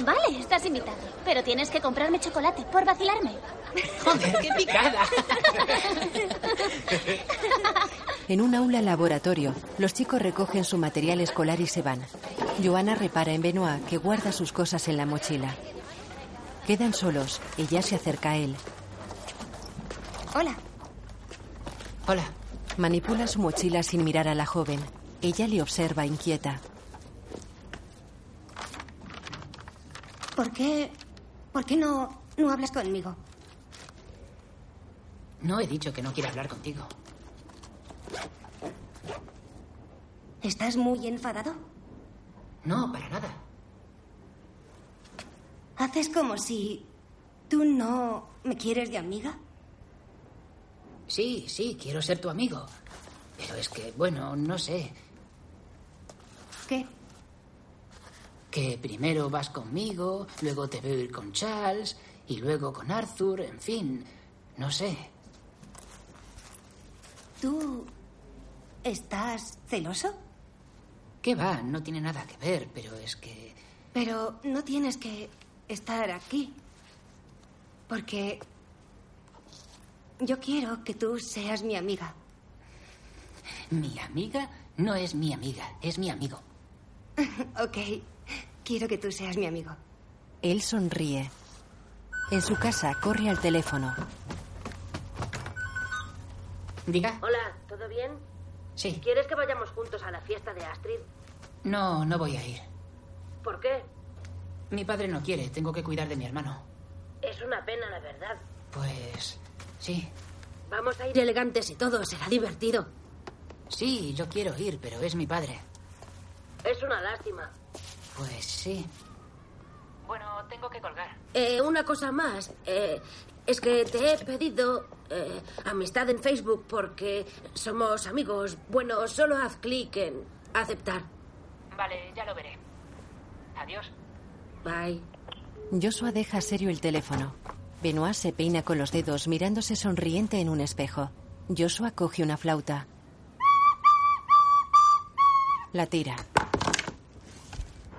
[SPEAKER 8] Vale, estás invitado. Pero tienes que comprarme chocolate por vacilarme. [LAUGHS]
[SPEAKER 4] Joder, qué picada.
[SPEAKER 27] [LAUGHS]
[SPEAKER 2] En un aula laboratorio, los chicos recogen su material escolar y se van. Joana repara en Benoit que guarda sus cosas en la mochila. Quedan solos. Ella se acerca a él.
[SPEAKER 5] Hola.
[SPEAKER 4] Hola.
[SPEAKER 2] Manipula su mochila sin mirar a la joven. Ella le observa inquieta.
[SPEAKER 5] ¿Por qué. ¿Por qué no, no hablas conmigo?
[SPEAKER 4] No he dicho que no quiera hablar contigo.
[SPEAKER 5] ¿Estás muy enfadado?
[SPEAKER 4] No, para nada.
[SPEAKER 5] ¿Haces como si. tú no me quieres de amiga?
[SPEAKER 4] Sí, sí, quiero ser tu amigo. Pero es que, bueno, no sé.
[SPEAKER 5] ¿Qué?
[SPEAKER 4] Que primero vas conmigo, luego te veo ir con Charles y luego con Arthur, en fin, no sé.
[SPEAKER 5] ¿Tú. estás celoso?
[SPEAKER 4] ¿Qué va? No tiene nada que ver, pero es que...
[SPEAKER 5] Pero no tienes que estar aquí. Porque. yo quiero que tú seas mi amiga. [LAUGHS]
[SPEAKER 4] Mi amiga no es mi amiga, es mi amigo.
[SPEAKER 5] ok. Quiero que tú seas mi amigo.
[SPEAKER 2] Él sonríe. En su casa, corre al teléfono.
[SPEAKER 4] Diga.
[SPEAKER 9] Hola, ¿todo bien?
[SPEAKER 4] Sí.
[SPEAKER 9] ¿Quieres que vayamos juntos a la fiesta de Astrid?
[SPEAKER 4] No, no voy a ir.
[SPEAKER 9] ¿Por qué?
[SPEAKER 4] Mi padre no quiere, tengo que cuidar de mi hermano.
[SPEAKER 9] Es una pena, la verdad.
[SPEAKER 4] Pues... Sí.
[SPEAKER 9] Vamos a ir elegantes y todo, será divertido.
[SPEAKER 4] Sí, yo quiero ir, pero es mi padre.
[SPEAKER 9] Es una lástima.
[SPEAKER 4] Pues sí. Bueno, tengo que colgar.
[SPEAKER 9] Eh, una cosa más. eh, es que te he pedido eh, amistad en Facebook porque somos amigos. Bueno, solo haz clic en aceptar.
[SPEAKER 4] Vale, Eh, ya lo veré. Adiós.
[SPEAKER 9] Bye.
[SPEAKER 2] Joshua deja serio el teléfono. Benoit se peina con los dedos mirándose sonriente en un espejo. Joshua coge una flauta. La tira.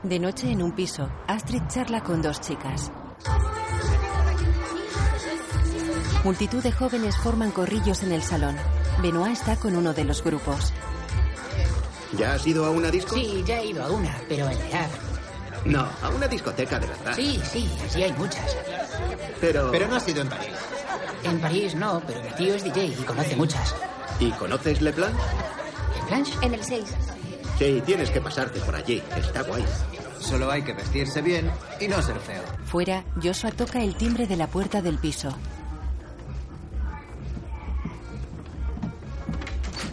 [SPEAKER 2] De noche en un piso, Astrid charla con dos chicas. Multitud de jóvenes forman corrillos en el salón. Benoit está con uno de los grupos.
[SPEAKER 7] ¿Ya has ido a una disco?
[SPEAKER 4] Sí, ya he ido a una, pero en Lear.
[SPEAKER 7] No, a una discoteca de verdad.
[SPEAKER 4] Sí, sí, allí hay muchas.
[SPEAKER 7] Pero...
[SPEAKER 27] Pero no has ido en París.
[SPEAKER 4] En París no, pero mi tío es DJ y conoce muchas.
[SPEAKER 7] ¿Y conoces Le Plan?
[SPEAKER 4] ¿En Blanche?
[SPEAKER 23] En el 6.
[SPEAKER 7] Sí, tienes que pasarte por allí. Está guay.
[SPEAKER 27] Solo hay que vestirse bien y no ser feo.
[SPEAKER 2] Fuera, Joshua toca el timbre de la puerta del piso.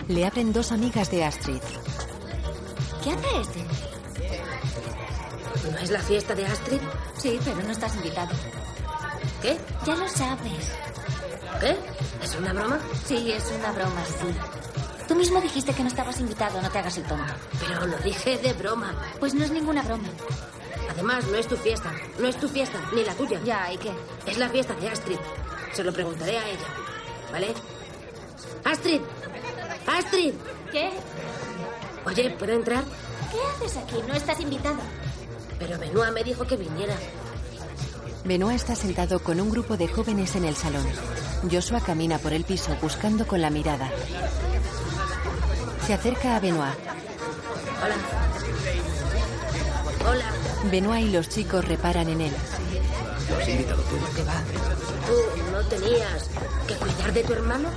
[SPEAKER 2] Le abren dos amigas de Astrid.
[SPEAKER 9] ¿Qué hace este? ¿No es la fiesta de Astrid? Sí, pero no estás invitado. ¿Qué? Ya lo sabes. ¿Qué? ¿Es una broma?
[SPEAKER 8] Sí, es una broma, sí. Tú mismo dijiste que no estabas invitado, no te hagas el tonto.
[SPEAKER 9] Pero lo dije de broma.
[SPEAKER 8] Pues no es ninguna broma.
[SPEAKER 9] Además, no es tu fiesta. No es tu fiesta, ni la tuya. Ya, ¿y qué? Es la fiesta de Astrid. Se lo preguntaré a ella. ¿Vale? ¡Astrid! ¡Astrid!
[SPEAKER 8] ¿Qué?
[SPEAKER 9] Oye, ¿puedo entrar?
[SPEAKER 8] ¿Qué haces aquí? No estás invitado.
[SPEAKER 9] Pero Benoit me dijo que viniera.
[SPEAKER 2] Benoit está sentado con un grupo de jóvenes en el salón. Joshua camina por el piso buscando con la mirada. Se acerca a Benoit.
[SPEAKER 9] Hola. Hola.
[SPEAKER 2] Benoit y los chicos reparan en él.
[SPEAKER 7] Lo has invitado tú.
[SPEAKER 9] ¿Qué va? ¿Tú no tenías que cuidar de tu hermano?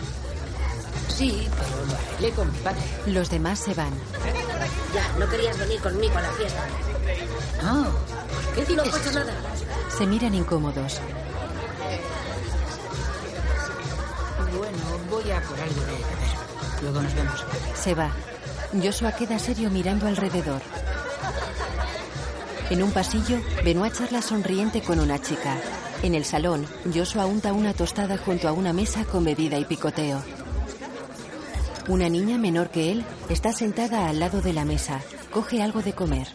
[SPEAKER 4] Sí, pero lo arreglé con mi padre.
[SPEAKER 2] Los demás se van.
[SPEAKER 9] Ya, no querías venir conmigo a la fiesta.
[SPEAKER 4] No.
[SPEAKER 9] ¿Qué si no pasa nada?
[SPEAKER 2] Se miran incómodos.
[SPEAKER 4] Bueno, voy a por algo de beber. Luego nos vemos.
[SPEAKER 2] Se va. Joshua queda serio mirando alrededor. En un pasillo, Benoit charla sonriente con una chica. En el salón, Joshua unta una tostada junto a una mesa con bebida y picoteo. Una niña menor que él está sentada al lado de la mesa. Coge algo de comer.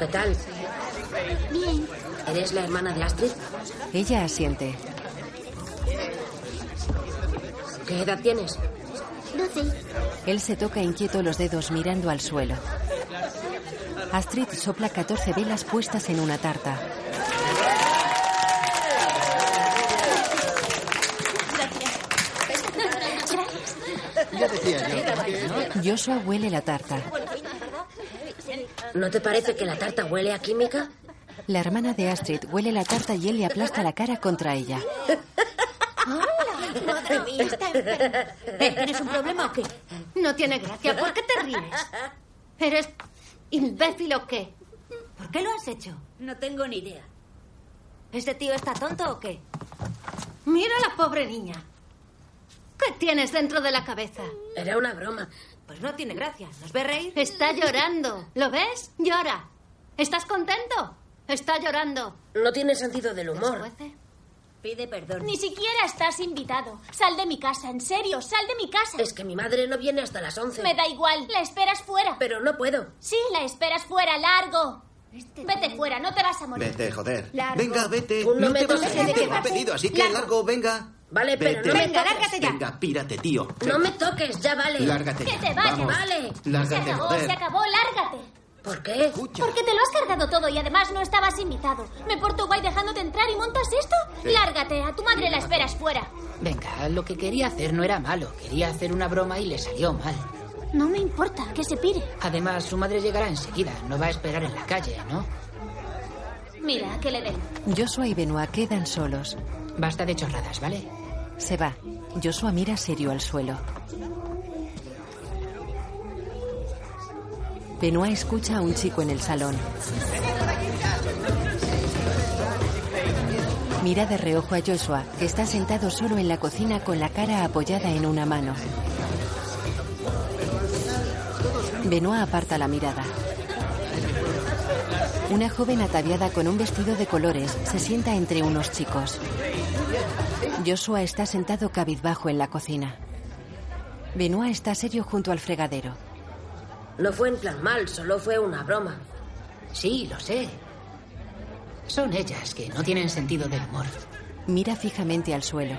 [SPEAKER 9] ¿Qué tal?
[SPEAKER 8] Bien.
[SPEAKER 9] ¿Eres la hermana de Astrid?
[SPEAKER 2] Ella asiente.
[SPEAKER 9] ¿Qué edad tienes?
[SPEAKER 8] Doce.
[SPEAKER 2] Él se toca inquieto los dedos mirando al suelo. Astrid sopla 14 velas puestas en una tarta.
[SPEAKER 27] Ya decía yo.
[SPEAKER 2] Joshua huele la tarta.
[SPEAKER 9] ¿No te parece que la tarta huele a química?
[SPEAKER 2] La hermana de Astrid huele la tarta y él le aplasta la cara contra ella.
[SPEAKER 27] Madre mía, está enferma.
[SPEAKER 3] Eh, ¿Tienes un problema o qué? No tiene gracia. ¿Por qué te ríes? ¿Eres imbécil o qué? ¿Por qué lo has hecho?
[SPEAKER 10] No tengo ni idea.
[SPEAKER 3] ¿Este tío está tonto o qué? Mira a la pobre niña. ¿Qué tienes dentro de la cabeza?
[SPEAKER 9] Era una broma.
[SPEAKER 3] Pues no tiene gracia. ¿Nos ve reír? Está llorando. ¿Lo ves? Llora. ¿Estás [LAUGHS] contento? Oh, Está llorando.
[SPEAKER 9] No tiene sentido del humor.
[SPEAKER 10] Pide perdón.
[SPEAKER 8] Ni siquiera estás invitado. Sal de mi casa, en serio, sal de mi casa.
[SPEAKER 9] Es que mi madre no viene hasta las 11.
[SPEAKER 8] Me da igual, la esperas fuera.
[SPEAKER 9] Pero no puedo. Este
[SPEAKER 8] Sí, la esperas fuera, largo. Vete fuera, no te vas a morir.
[SPEAKER 24] Vete, joder.
[SPEAKER 8] Largo.
[SPEAKER 24] Venga, vete.
[SPEAKER 8] Tú no
[SPEAKER 24] no
[SPEAKER 8] me
[SPEAKER 24] te vas
[SPEAKER 8] toques,
[SPEAKER 24] a ir,
[SPEAKER 8] vete,
[SPEAKER 24] te lo he
[SPEAKER 8] vete.
[SPEAKER 24] pedido, así que
[SPEAKER 8] Largo.
[SPEAKER 24] largo, venga.
[SPEAKER 9] Vale, pero no me Venga, toques. lárgate ya.
[SPEAKER 24] Venga, pírate, tío.
[SPEAKER 9] No me toques, ya vale.
[SPEAKER 24] Lárgate
[SPEAKER 8] Que
[SPEAKER 24] ya,
[SPEAKER 8] te vayas.
[SPEAKER 24] vamos.
[SPEAKER 8] Vale.
[SPEAKER 24] Lárgate,
[SPEAKER 8] se acabó,
[SPEAKER 24] joder.
[SPEAKER 8] se acabó, lárgate.
[SPEAKER 9] ¿Por qué?
[SPEAKER 8] Porque te lo has cargado todo y además no estabas invitado. Me porto guay dejándote entrar y montas esto.
[SPEAKER 4] Sí.
[SPEAKER 8] Lárgate, a tu madre la esperas fuera.
[SPEAKER 4] Venga, lo que quería hacer no era malo. Quería hacer una broma y le salió mal.
[SPEAKER 8] No me importa, que se pire.
[SPEAKER 4] Además, su madre llegará enseguida. No va a esperar en la calle, ¿no?
[SPEAKER 8] Mira, que le den.
[SPEAKER 2] Joshua y Benoit quedan solos.
[SPEAKER 4] Basta de chorradas, ¿vale?
[SPEAKER 2] Se va. Joshua mira serio al suelo. Benoit escucha a un chico en el salón. Mira de reojo a Joshua, que está sentado solo en la cocina con la cara apoyada en una mano. Benoit aparta la mirada. Una joven ataviada con un vestido de colores se sienta entre unos chicos. Joshua está sentado cabizbajo en la cocina. Benoit está serio junto al fregadero.
[SPEAKER 9] No fue en plan mal, solo fue una broma.
[SPEAKER 4] Sí, lo sé. Son ellas que no tienen sentido del humor.
[SPEAKER 2] Mira fijamente al suelo.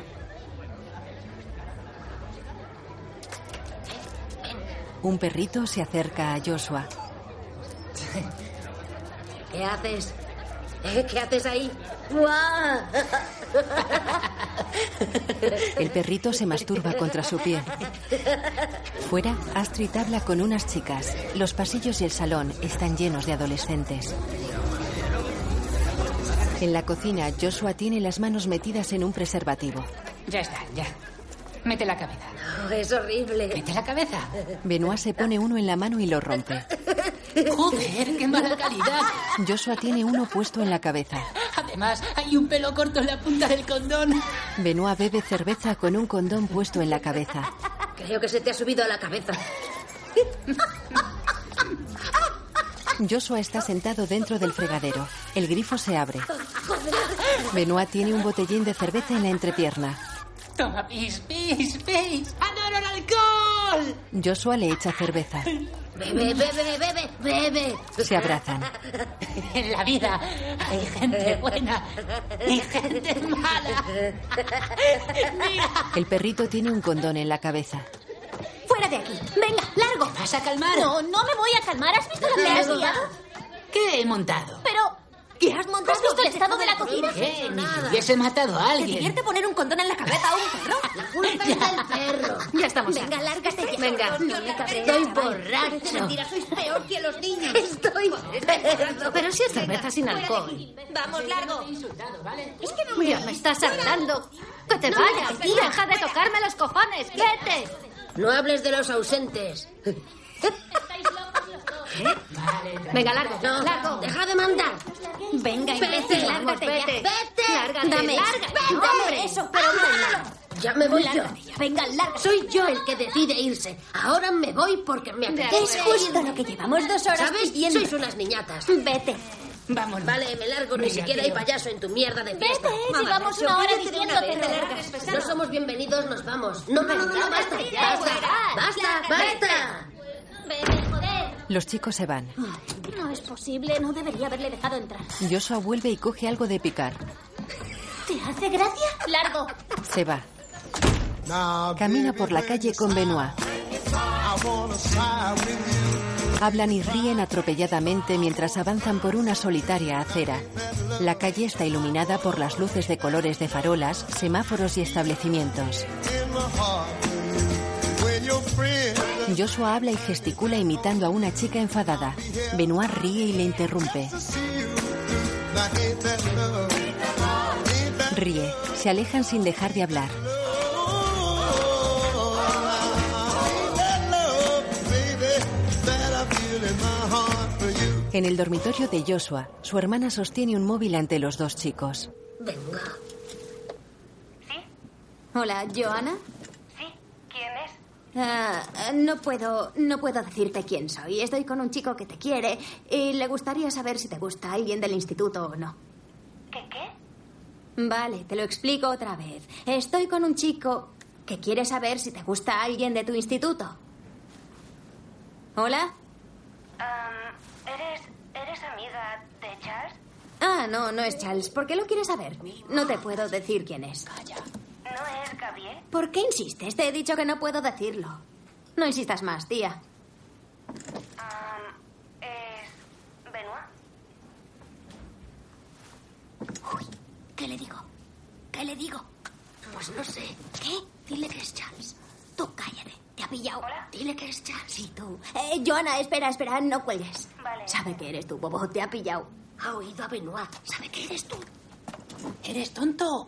[SPEAKER 2] Un perrito se acerca a Joshua.
[SPEAKER 9] ¿Qué haces? ¿Eh? ¿Qué haces ahí?
[SPEAKER 3] [LAUGHS]
[SPEAKER 9] ¡Guau!
[SPEAKER 2] El perrito se masturba contra su piel. Fuera, Astrid habla con unas chicas. Los pasillos y el salón están llenos de adolescentes. En la cocina, Joshua tiene las manos metidas en un preservativo.
[SPEAKER 4] Ya está, ya. Mete la cabeza.
[SPEAKER 9] Oh, es horrible.
[SPEAKER 4] Mete la cabeza.
[SPEAKER 2] Benoit se pone uno en la mano y lo rompe.
[SPEAKER 4] Joder, qué mala calidad.
[SPEAKER 2] Joshua tiene uno puesto en la cabeza.
[SPEAKER 4] Además, hay un pelo corto en la punta del condón.
[SPEAKER 2] Benoit bebe cerveza con un condón puesto en la cabeza.
[SPEAKER 9] Creo que se te ha subido a la cabeza.
[SPEAKER 2] Joshua está sentado dentro del fregadero. El grifo se abre. Benoit tiene un botellín de cerveza en la entrepierna.
[SPEAKER 4] Toma, pis, pis, pis. ¡Adoro el alcohol!
[SPEAKER 2] Joshua le echa cerveza.
[SPEAKER 9] Bebe, bebe, bebe, bebe.
[SPEAKER 2] Se abrazan.
[SPEAKER 4] En la vida hay gente buena y gente mala.
[SPEAKER 2] El perrito tiene un condón en la cabeza.
[SPEAKER 8] ¡Fuera de aquí! ¡Venga, largo!
[SPEAKER 4] vas a calmar?
[SPEAKER 8] No, no me voy a calmar. ¿Has visto lo que
[SPEAKER 4] ¿Te
[SPEAKER 8] has
[SPEAKER 4] has
[SPEAKER 8] liado?
[SPEAKER 4] ¿Qué he montado?
[SPEAKER 8] Pero... ¿Qué has montado? ¿Has visto el estado de la cocina?
[SPEAKER 4] ¿Qué? Ni que hubiese matado a
[SPEAKER 8] ¿Te
[SPEAKER 4] alguien.
[SPEAKER 8] divierte poner un condón en la cabeza a un perro? [LAUGHS] La culpa es del
[SPEAKER 23] [LAUGHS]
[SPEAKER 8] perro.
[SPEAKER 9] Ya estamos.
[SPEAKER 8] Venga, lárgate ya.
[SPEAKER 9] Venga.
[SPEAKER 8] no me cabrees.
[SPEAKER 9] Estoy
[SPEAKER 8] chaval.
[SPEAKER 9] borracho.
[SPEAKER 8] Mentira, sois peor que los niños. este
[SPEAKER 9] Estoy. Pero si es cerveza sin alcohol.
[SPEAKER 8] Vamos, largo.
[SPEAKER 3] Es que no me... me estás hartando. ¡Que te
[SPEAKER 9] No,
[SPEAKER 3] vayas!
[SPEAKER 9] mira, mira.
[SPEAKER 3] ¡Deja de tocarme los cojones! ¡Vete!
[SPEAKER 9] No hables de los ausentes.
[SPEAKER 3] Venga, largo,
[SPEAKER 9] No,
[SPEAKER 3] largo.
[SPEAKER 9] Deja de mandar.
[SPEAKER 8] Venga,
[SPEAKER 9] Vete,
[SPEAKER 8] imbécil,
[SPEAKER 9] vamos,
[SPEAKER 8] lárgate ya.
[SPEAKER 9] vete.
[SPEAKER 8] Vete.
[SPEAKER 9] Lárgate,
[SPEAKER 8] Dame.
[SPEAKER 9] lárgate,
[SPEAKER 8] Vete.
[SPEAKER 9] hombre.
[SPEAKER 8] Eso, pero
[SPEAKER 9] Ah, Ya me voy yo.
[SPEAKER 8] Lárgate ya. Venga, lárgate.
[SPEAKER 9] Soy yo el que decide irse. Ahora me voy porque me
[SPEAKER 8] Es
[SPEAKER 9] apetece.
[SPEAKER 8] justo
[SPEAKER 9] irme.
[SPEAKER 8] lo que llevamos dos horas
[SPEAKER 9] ¿Sabes?
[SPEAKER 8] pidiendo.
[SPEAKER 9] Sois unas niñatas.
[SPEAKER 8] Vete.
[SPEAKER 4] Vamos.
[SPEAKER 9] Vale, me largo. Ni
[SPEAKER 8] Venga,
[SPEAKER 9] siquiera
[SPEAKER 8] tío.
[SPEAKER 9] hay payaso en tu mierda de fiesta.
[SPEAKER 8] Vete,
[SPEAKER 9] Mamá,
[SPEAKER 8] llevamos
[SPEAKER 9] macho,
[SPEAKER 8] una hora
[SPEAKER 9] vete de
[SPEAKER 8] diciéndote,
[SPEAKER 9] vez.
[SPEAKER 8] te largas.
[SPEAKER 9] No somos bienvenidos, nos vamos. No, no, no, no, basta.
[SPEAKER 8] Venga,
[SPEAKER 9] Basta,
[SPEAKER 8] fuera.
[SPEAKER 9] basta,
[SPEAKER 8] Lárgate.
[SPEAKER 9] basta.
[SPEAKER 8] Vete, joder.
[SPEAKER 2] Los chicos se van.
[SPEAKER 8] No es posible, no debería haberle dejado entrar.
[SPEAKER 2] Joshua vuelve y coge algo de picar.
[SPEAKER 8] ¿Te hace gracia? Largo.
[SPEAKER 2] Se va. Camina por la calle con Benoit. Hablan y ríen atropelladamente mientras avanzan por una solitaria acera. La calle está iluminada por las luces de colores de farolas, semáforos y establecimientos. Joshua habla y gesticula imitando a una chica enfadada. Benoit ríe y le interrumpe. Ríe. Se alejan sin dejar de hablar. En el dormitorio de Joshua, su hermana sostiene un móvil ante los dos chicos.
[SPEAKER 9] Venga.
[SPEAKER 23] Hola, Joana.
[SPEAKER 6] ¿Quién es?
[SPEAKER 23] Ah, ah, no puedo, no puedo decirte quién soy. Estoy con un chico que te quiere y le gustaría saber si te gusta alguien del instituto o no.
[SPEAKER 6] ¿Qué qué?
[SPEAKER 23] Vale, te lo explico otra vez. Estoy con un chico que quiere saber si te gusta alguien de tu instituto. Hola.
[SPEAKER 6] Am, ¿eres, ¿Eres amiga de Charles?
[SPEAKER 23] Ah, no, no es Charles. ¿Por qué lo quieres saber? No te puedo decir quién es.
[SPEAKER 6] ¿No es Gabriel?
[SPEAKER 23] ¿Por qué insistes? Te he dicho que no puedo decirlo. No insistas más, tía.
[SPEAKER 6] Am, ¿Es Benoit?
[SPEAKER 8] ¿Qué le digo? ¿Qué le digo? Pues no sé. ¿Qué? Dile que es Charles. Tú cállate. Te ha pillado. Dile que es Charles.
[SPEAKER 23] Sí, tú. Eh, Joana, espera, espera, no cuelgues. Sabe que eres tú, bobo. Te ha pillado.
[SPEAKER 9] Ha oído a Benoit.
[SPEAKER 23] Sabe que eres tú.
[SPEAKER 4] ¿Eres tonto?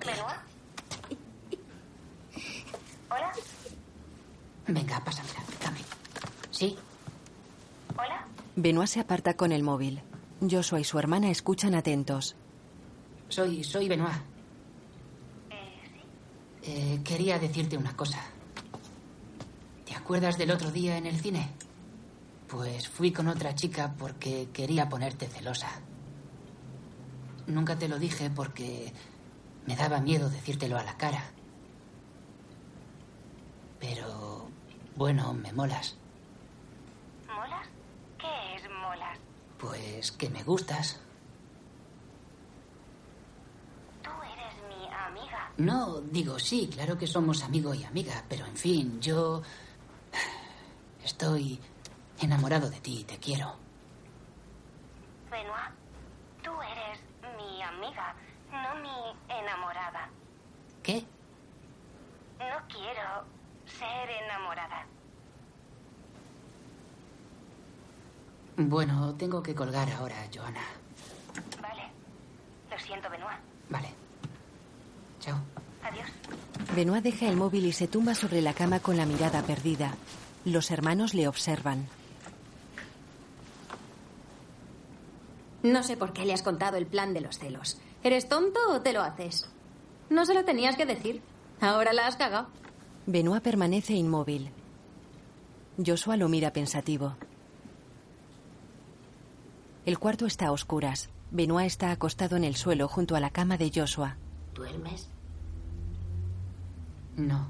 [SPEAKER 6] ¿Hola?
[SPEAKER 4] Venga, pásamela, dame. ¿Sí?
[SPEAKER 6] ¿Hola?
[SPEAKER 2] Benoit se aparta con el móvil. Joshua y su hermana escuchan atentos.
[SPEAKER 4] Soy, soy Benoit. Eh, quería decirte una cosa. ¿Te acuerdas del otro día en el cine? Pues fui con otra chica porque quería ponerte celosa. Nunca te lo dije porque me daba miedo decírtelo a la cara. Pero, bueno, me molas.
[SPEAKER 6] ¿Molas? ¿Qué es Molas?
[SPEAKER 4] Pues que me gustas.
[SPEAKER 6] Tú eres mi amiga.
[SPEAKER 4] No, digo, sí, claro que somos amigo y amiga, pero en fin, yo estoy enamorado de ti, te quiero.
[SPEAKER 6] Benoit, tú eres mi amiga, no mi enamorada.
[SPEAKER 4] ¿Qué?
[SPEAKER 6] No quiero ser enamorada.
[SPEAKER 4] Bueno, tengo que colgar ahora, Joana.
[SPEAKER 6] Vale. Lo siento, Benoit.
[SPEAKER 4] Vale. Chao.
[SPEAKER 6] Adiós.
[SPEAKER 2] Benoit deja el móvil y se tumba sobre la cama con la mirada perdida. Los hermanos le observan.
[SPEAKER 23] No sé por qué le has contado el plan de los celos. ¿Eres tonto o te lo haces? No se lo tenías que decir. Ahora la has cagado.
[SPEAKER 2] Benoit permanece inmóvil. Joshua lo mira pensativo. El cuarto está a oscuras. Benoit está acostado en el suelo junto a la cama de Joshua.
[SPEAKER 9] ¿Duermes?
[SPEAKER 4] No.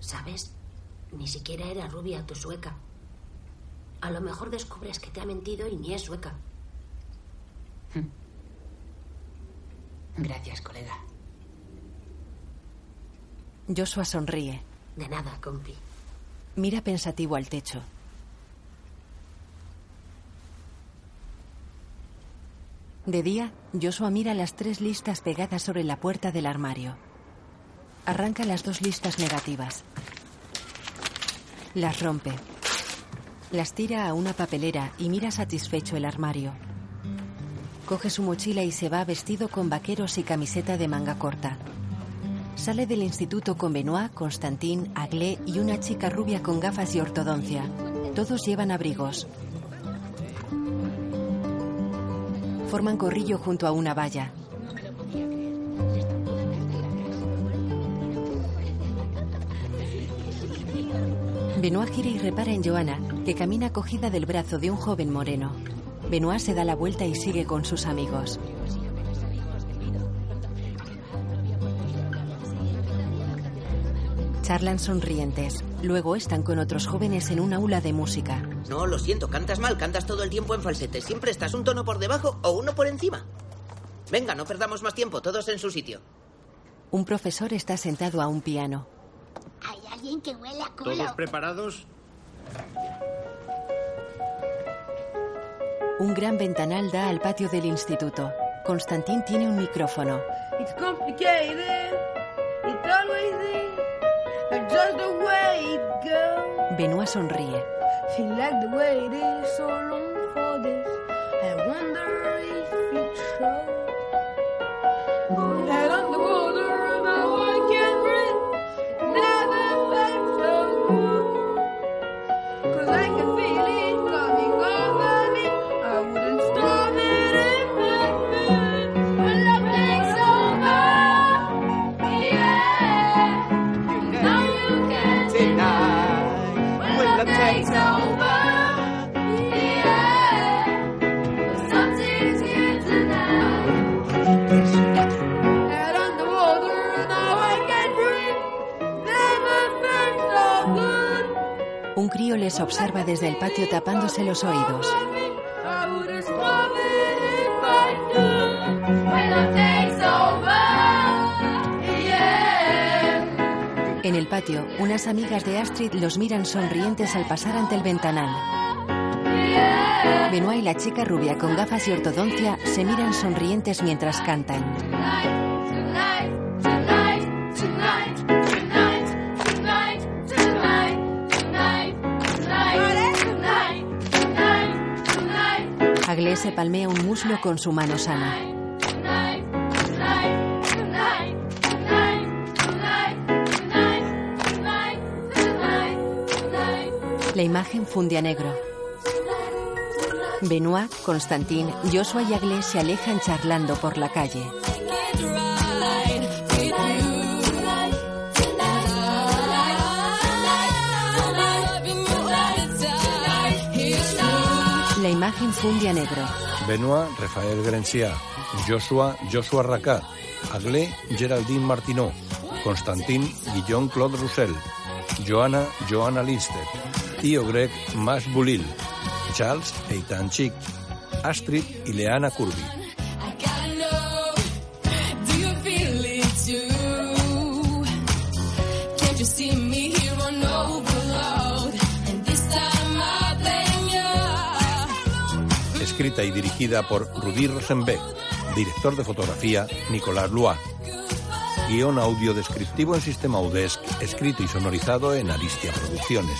[SPEAKER 9] ¿Sabes? Ni siquiera era rubia tu sueca. A lo mejor descubres que te ha mentido y ni es sueca.
[SPEAKER 4] Gracias, colega.
[SPEAKER 2] Joshua sonríe.
[SPEAKER 9] De nada, compi.
[SPEAKER 2] Mira pensativo al techo. De día, Joshua mira las tres listas pegadas sobre la puerta del armario. Arranca las dos listas negativas. Las rompe. Las tira a una papelera y mira satisfecho el armario. Coge su mochila y se va vestido con vaqueros y camiseta de manga corta. Sale del instituto con Benoit, Constantín, Aglé y una chica rubia con gafas y ortodoncia. Todos llevan abrigos. Forman corrillo junto a una valla. Benoit gira y repara en Joana, que camina cogida del brazo de un joven moreno. Benoit se da la vuelta y sigue con sus amigos. Charlan sonrientes. Luego están con otros jóvenes en un aula de música.
[SPEAKER 14] No, lo siento, cantas mal, cantas todo el tiempo en falsete. Siempre estás un tono por debajo o uno por encima. Venga, no perdamos más tiempo, todos en su sitio.
[SPEAKER 2] Un profesor está sentado a un piano.
[SPEAKER 6] Hay alguien que huele a culo.
[SPEAKER 7] ¿Todos preparados?
[SPEAKER 2] Un gran ventanal da al patio del instituto. Constantín tiene un micrófono.
[SPEAKER 13] It's complicated. It's always there. And just the way it goes.
[SPEAKER 2] Benoit sonríe.
[SPEAKER 13] Feel like the way it is so long for this. I wonder if it shows. Head on the water and now I can breathe. Never felt so good. 'Cause I can feel it coming over me. I wouldn't stop it if I could. And love takes over. Yeah. Now you can deny when love takes over. Yeah, some things you deny. Head on the water, now I can breathe. Never felt so good.
[SPEAKER 2] Un crío les observa desde el patio tapándose los oídos.
[SPEAKER 13] I wouldn't stop it if I could. When love takes over, yeah.
[SPEAKER 2] En el patio, unas amigas de Astrid los miran sonrientes al pasar ante el ventanal. Benoit y la chica rubia con gafas y ortodoncia se miran sonrientes mientras cantan. Aglé se palmea un muslo con su mano sana. La imagen funde a negro. Benoit, Constantín, Joshua y Aglé se alejan charlando por la calle. La imagen funde a negro.
[SPEAKER 1] Benoit, Rafael Grencia. Joshua, Joshua Racat. Aglé, Geraldine Martineau. Constantin, Guillaume Claude Roussel. Joana, Joana Lindstedt. Tío Greg, Max Bulil. Charles, Eitan Chick. Astrid, Ileana Curby. Escrita y dirigida por Rubí Rosenbeck. Director de fotografía, Nicolás Lua. Guión audio descriptivo en sistema UDESC, escrito y sonorizado en Aristia Producciones.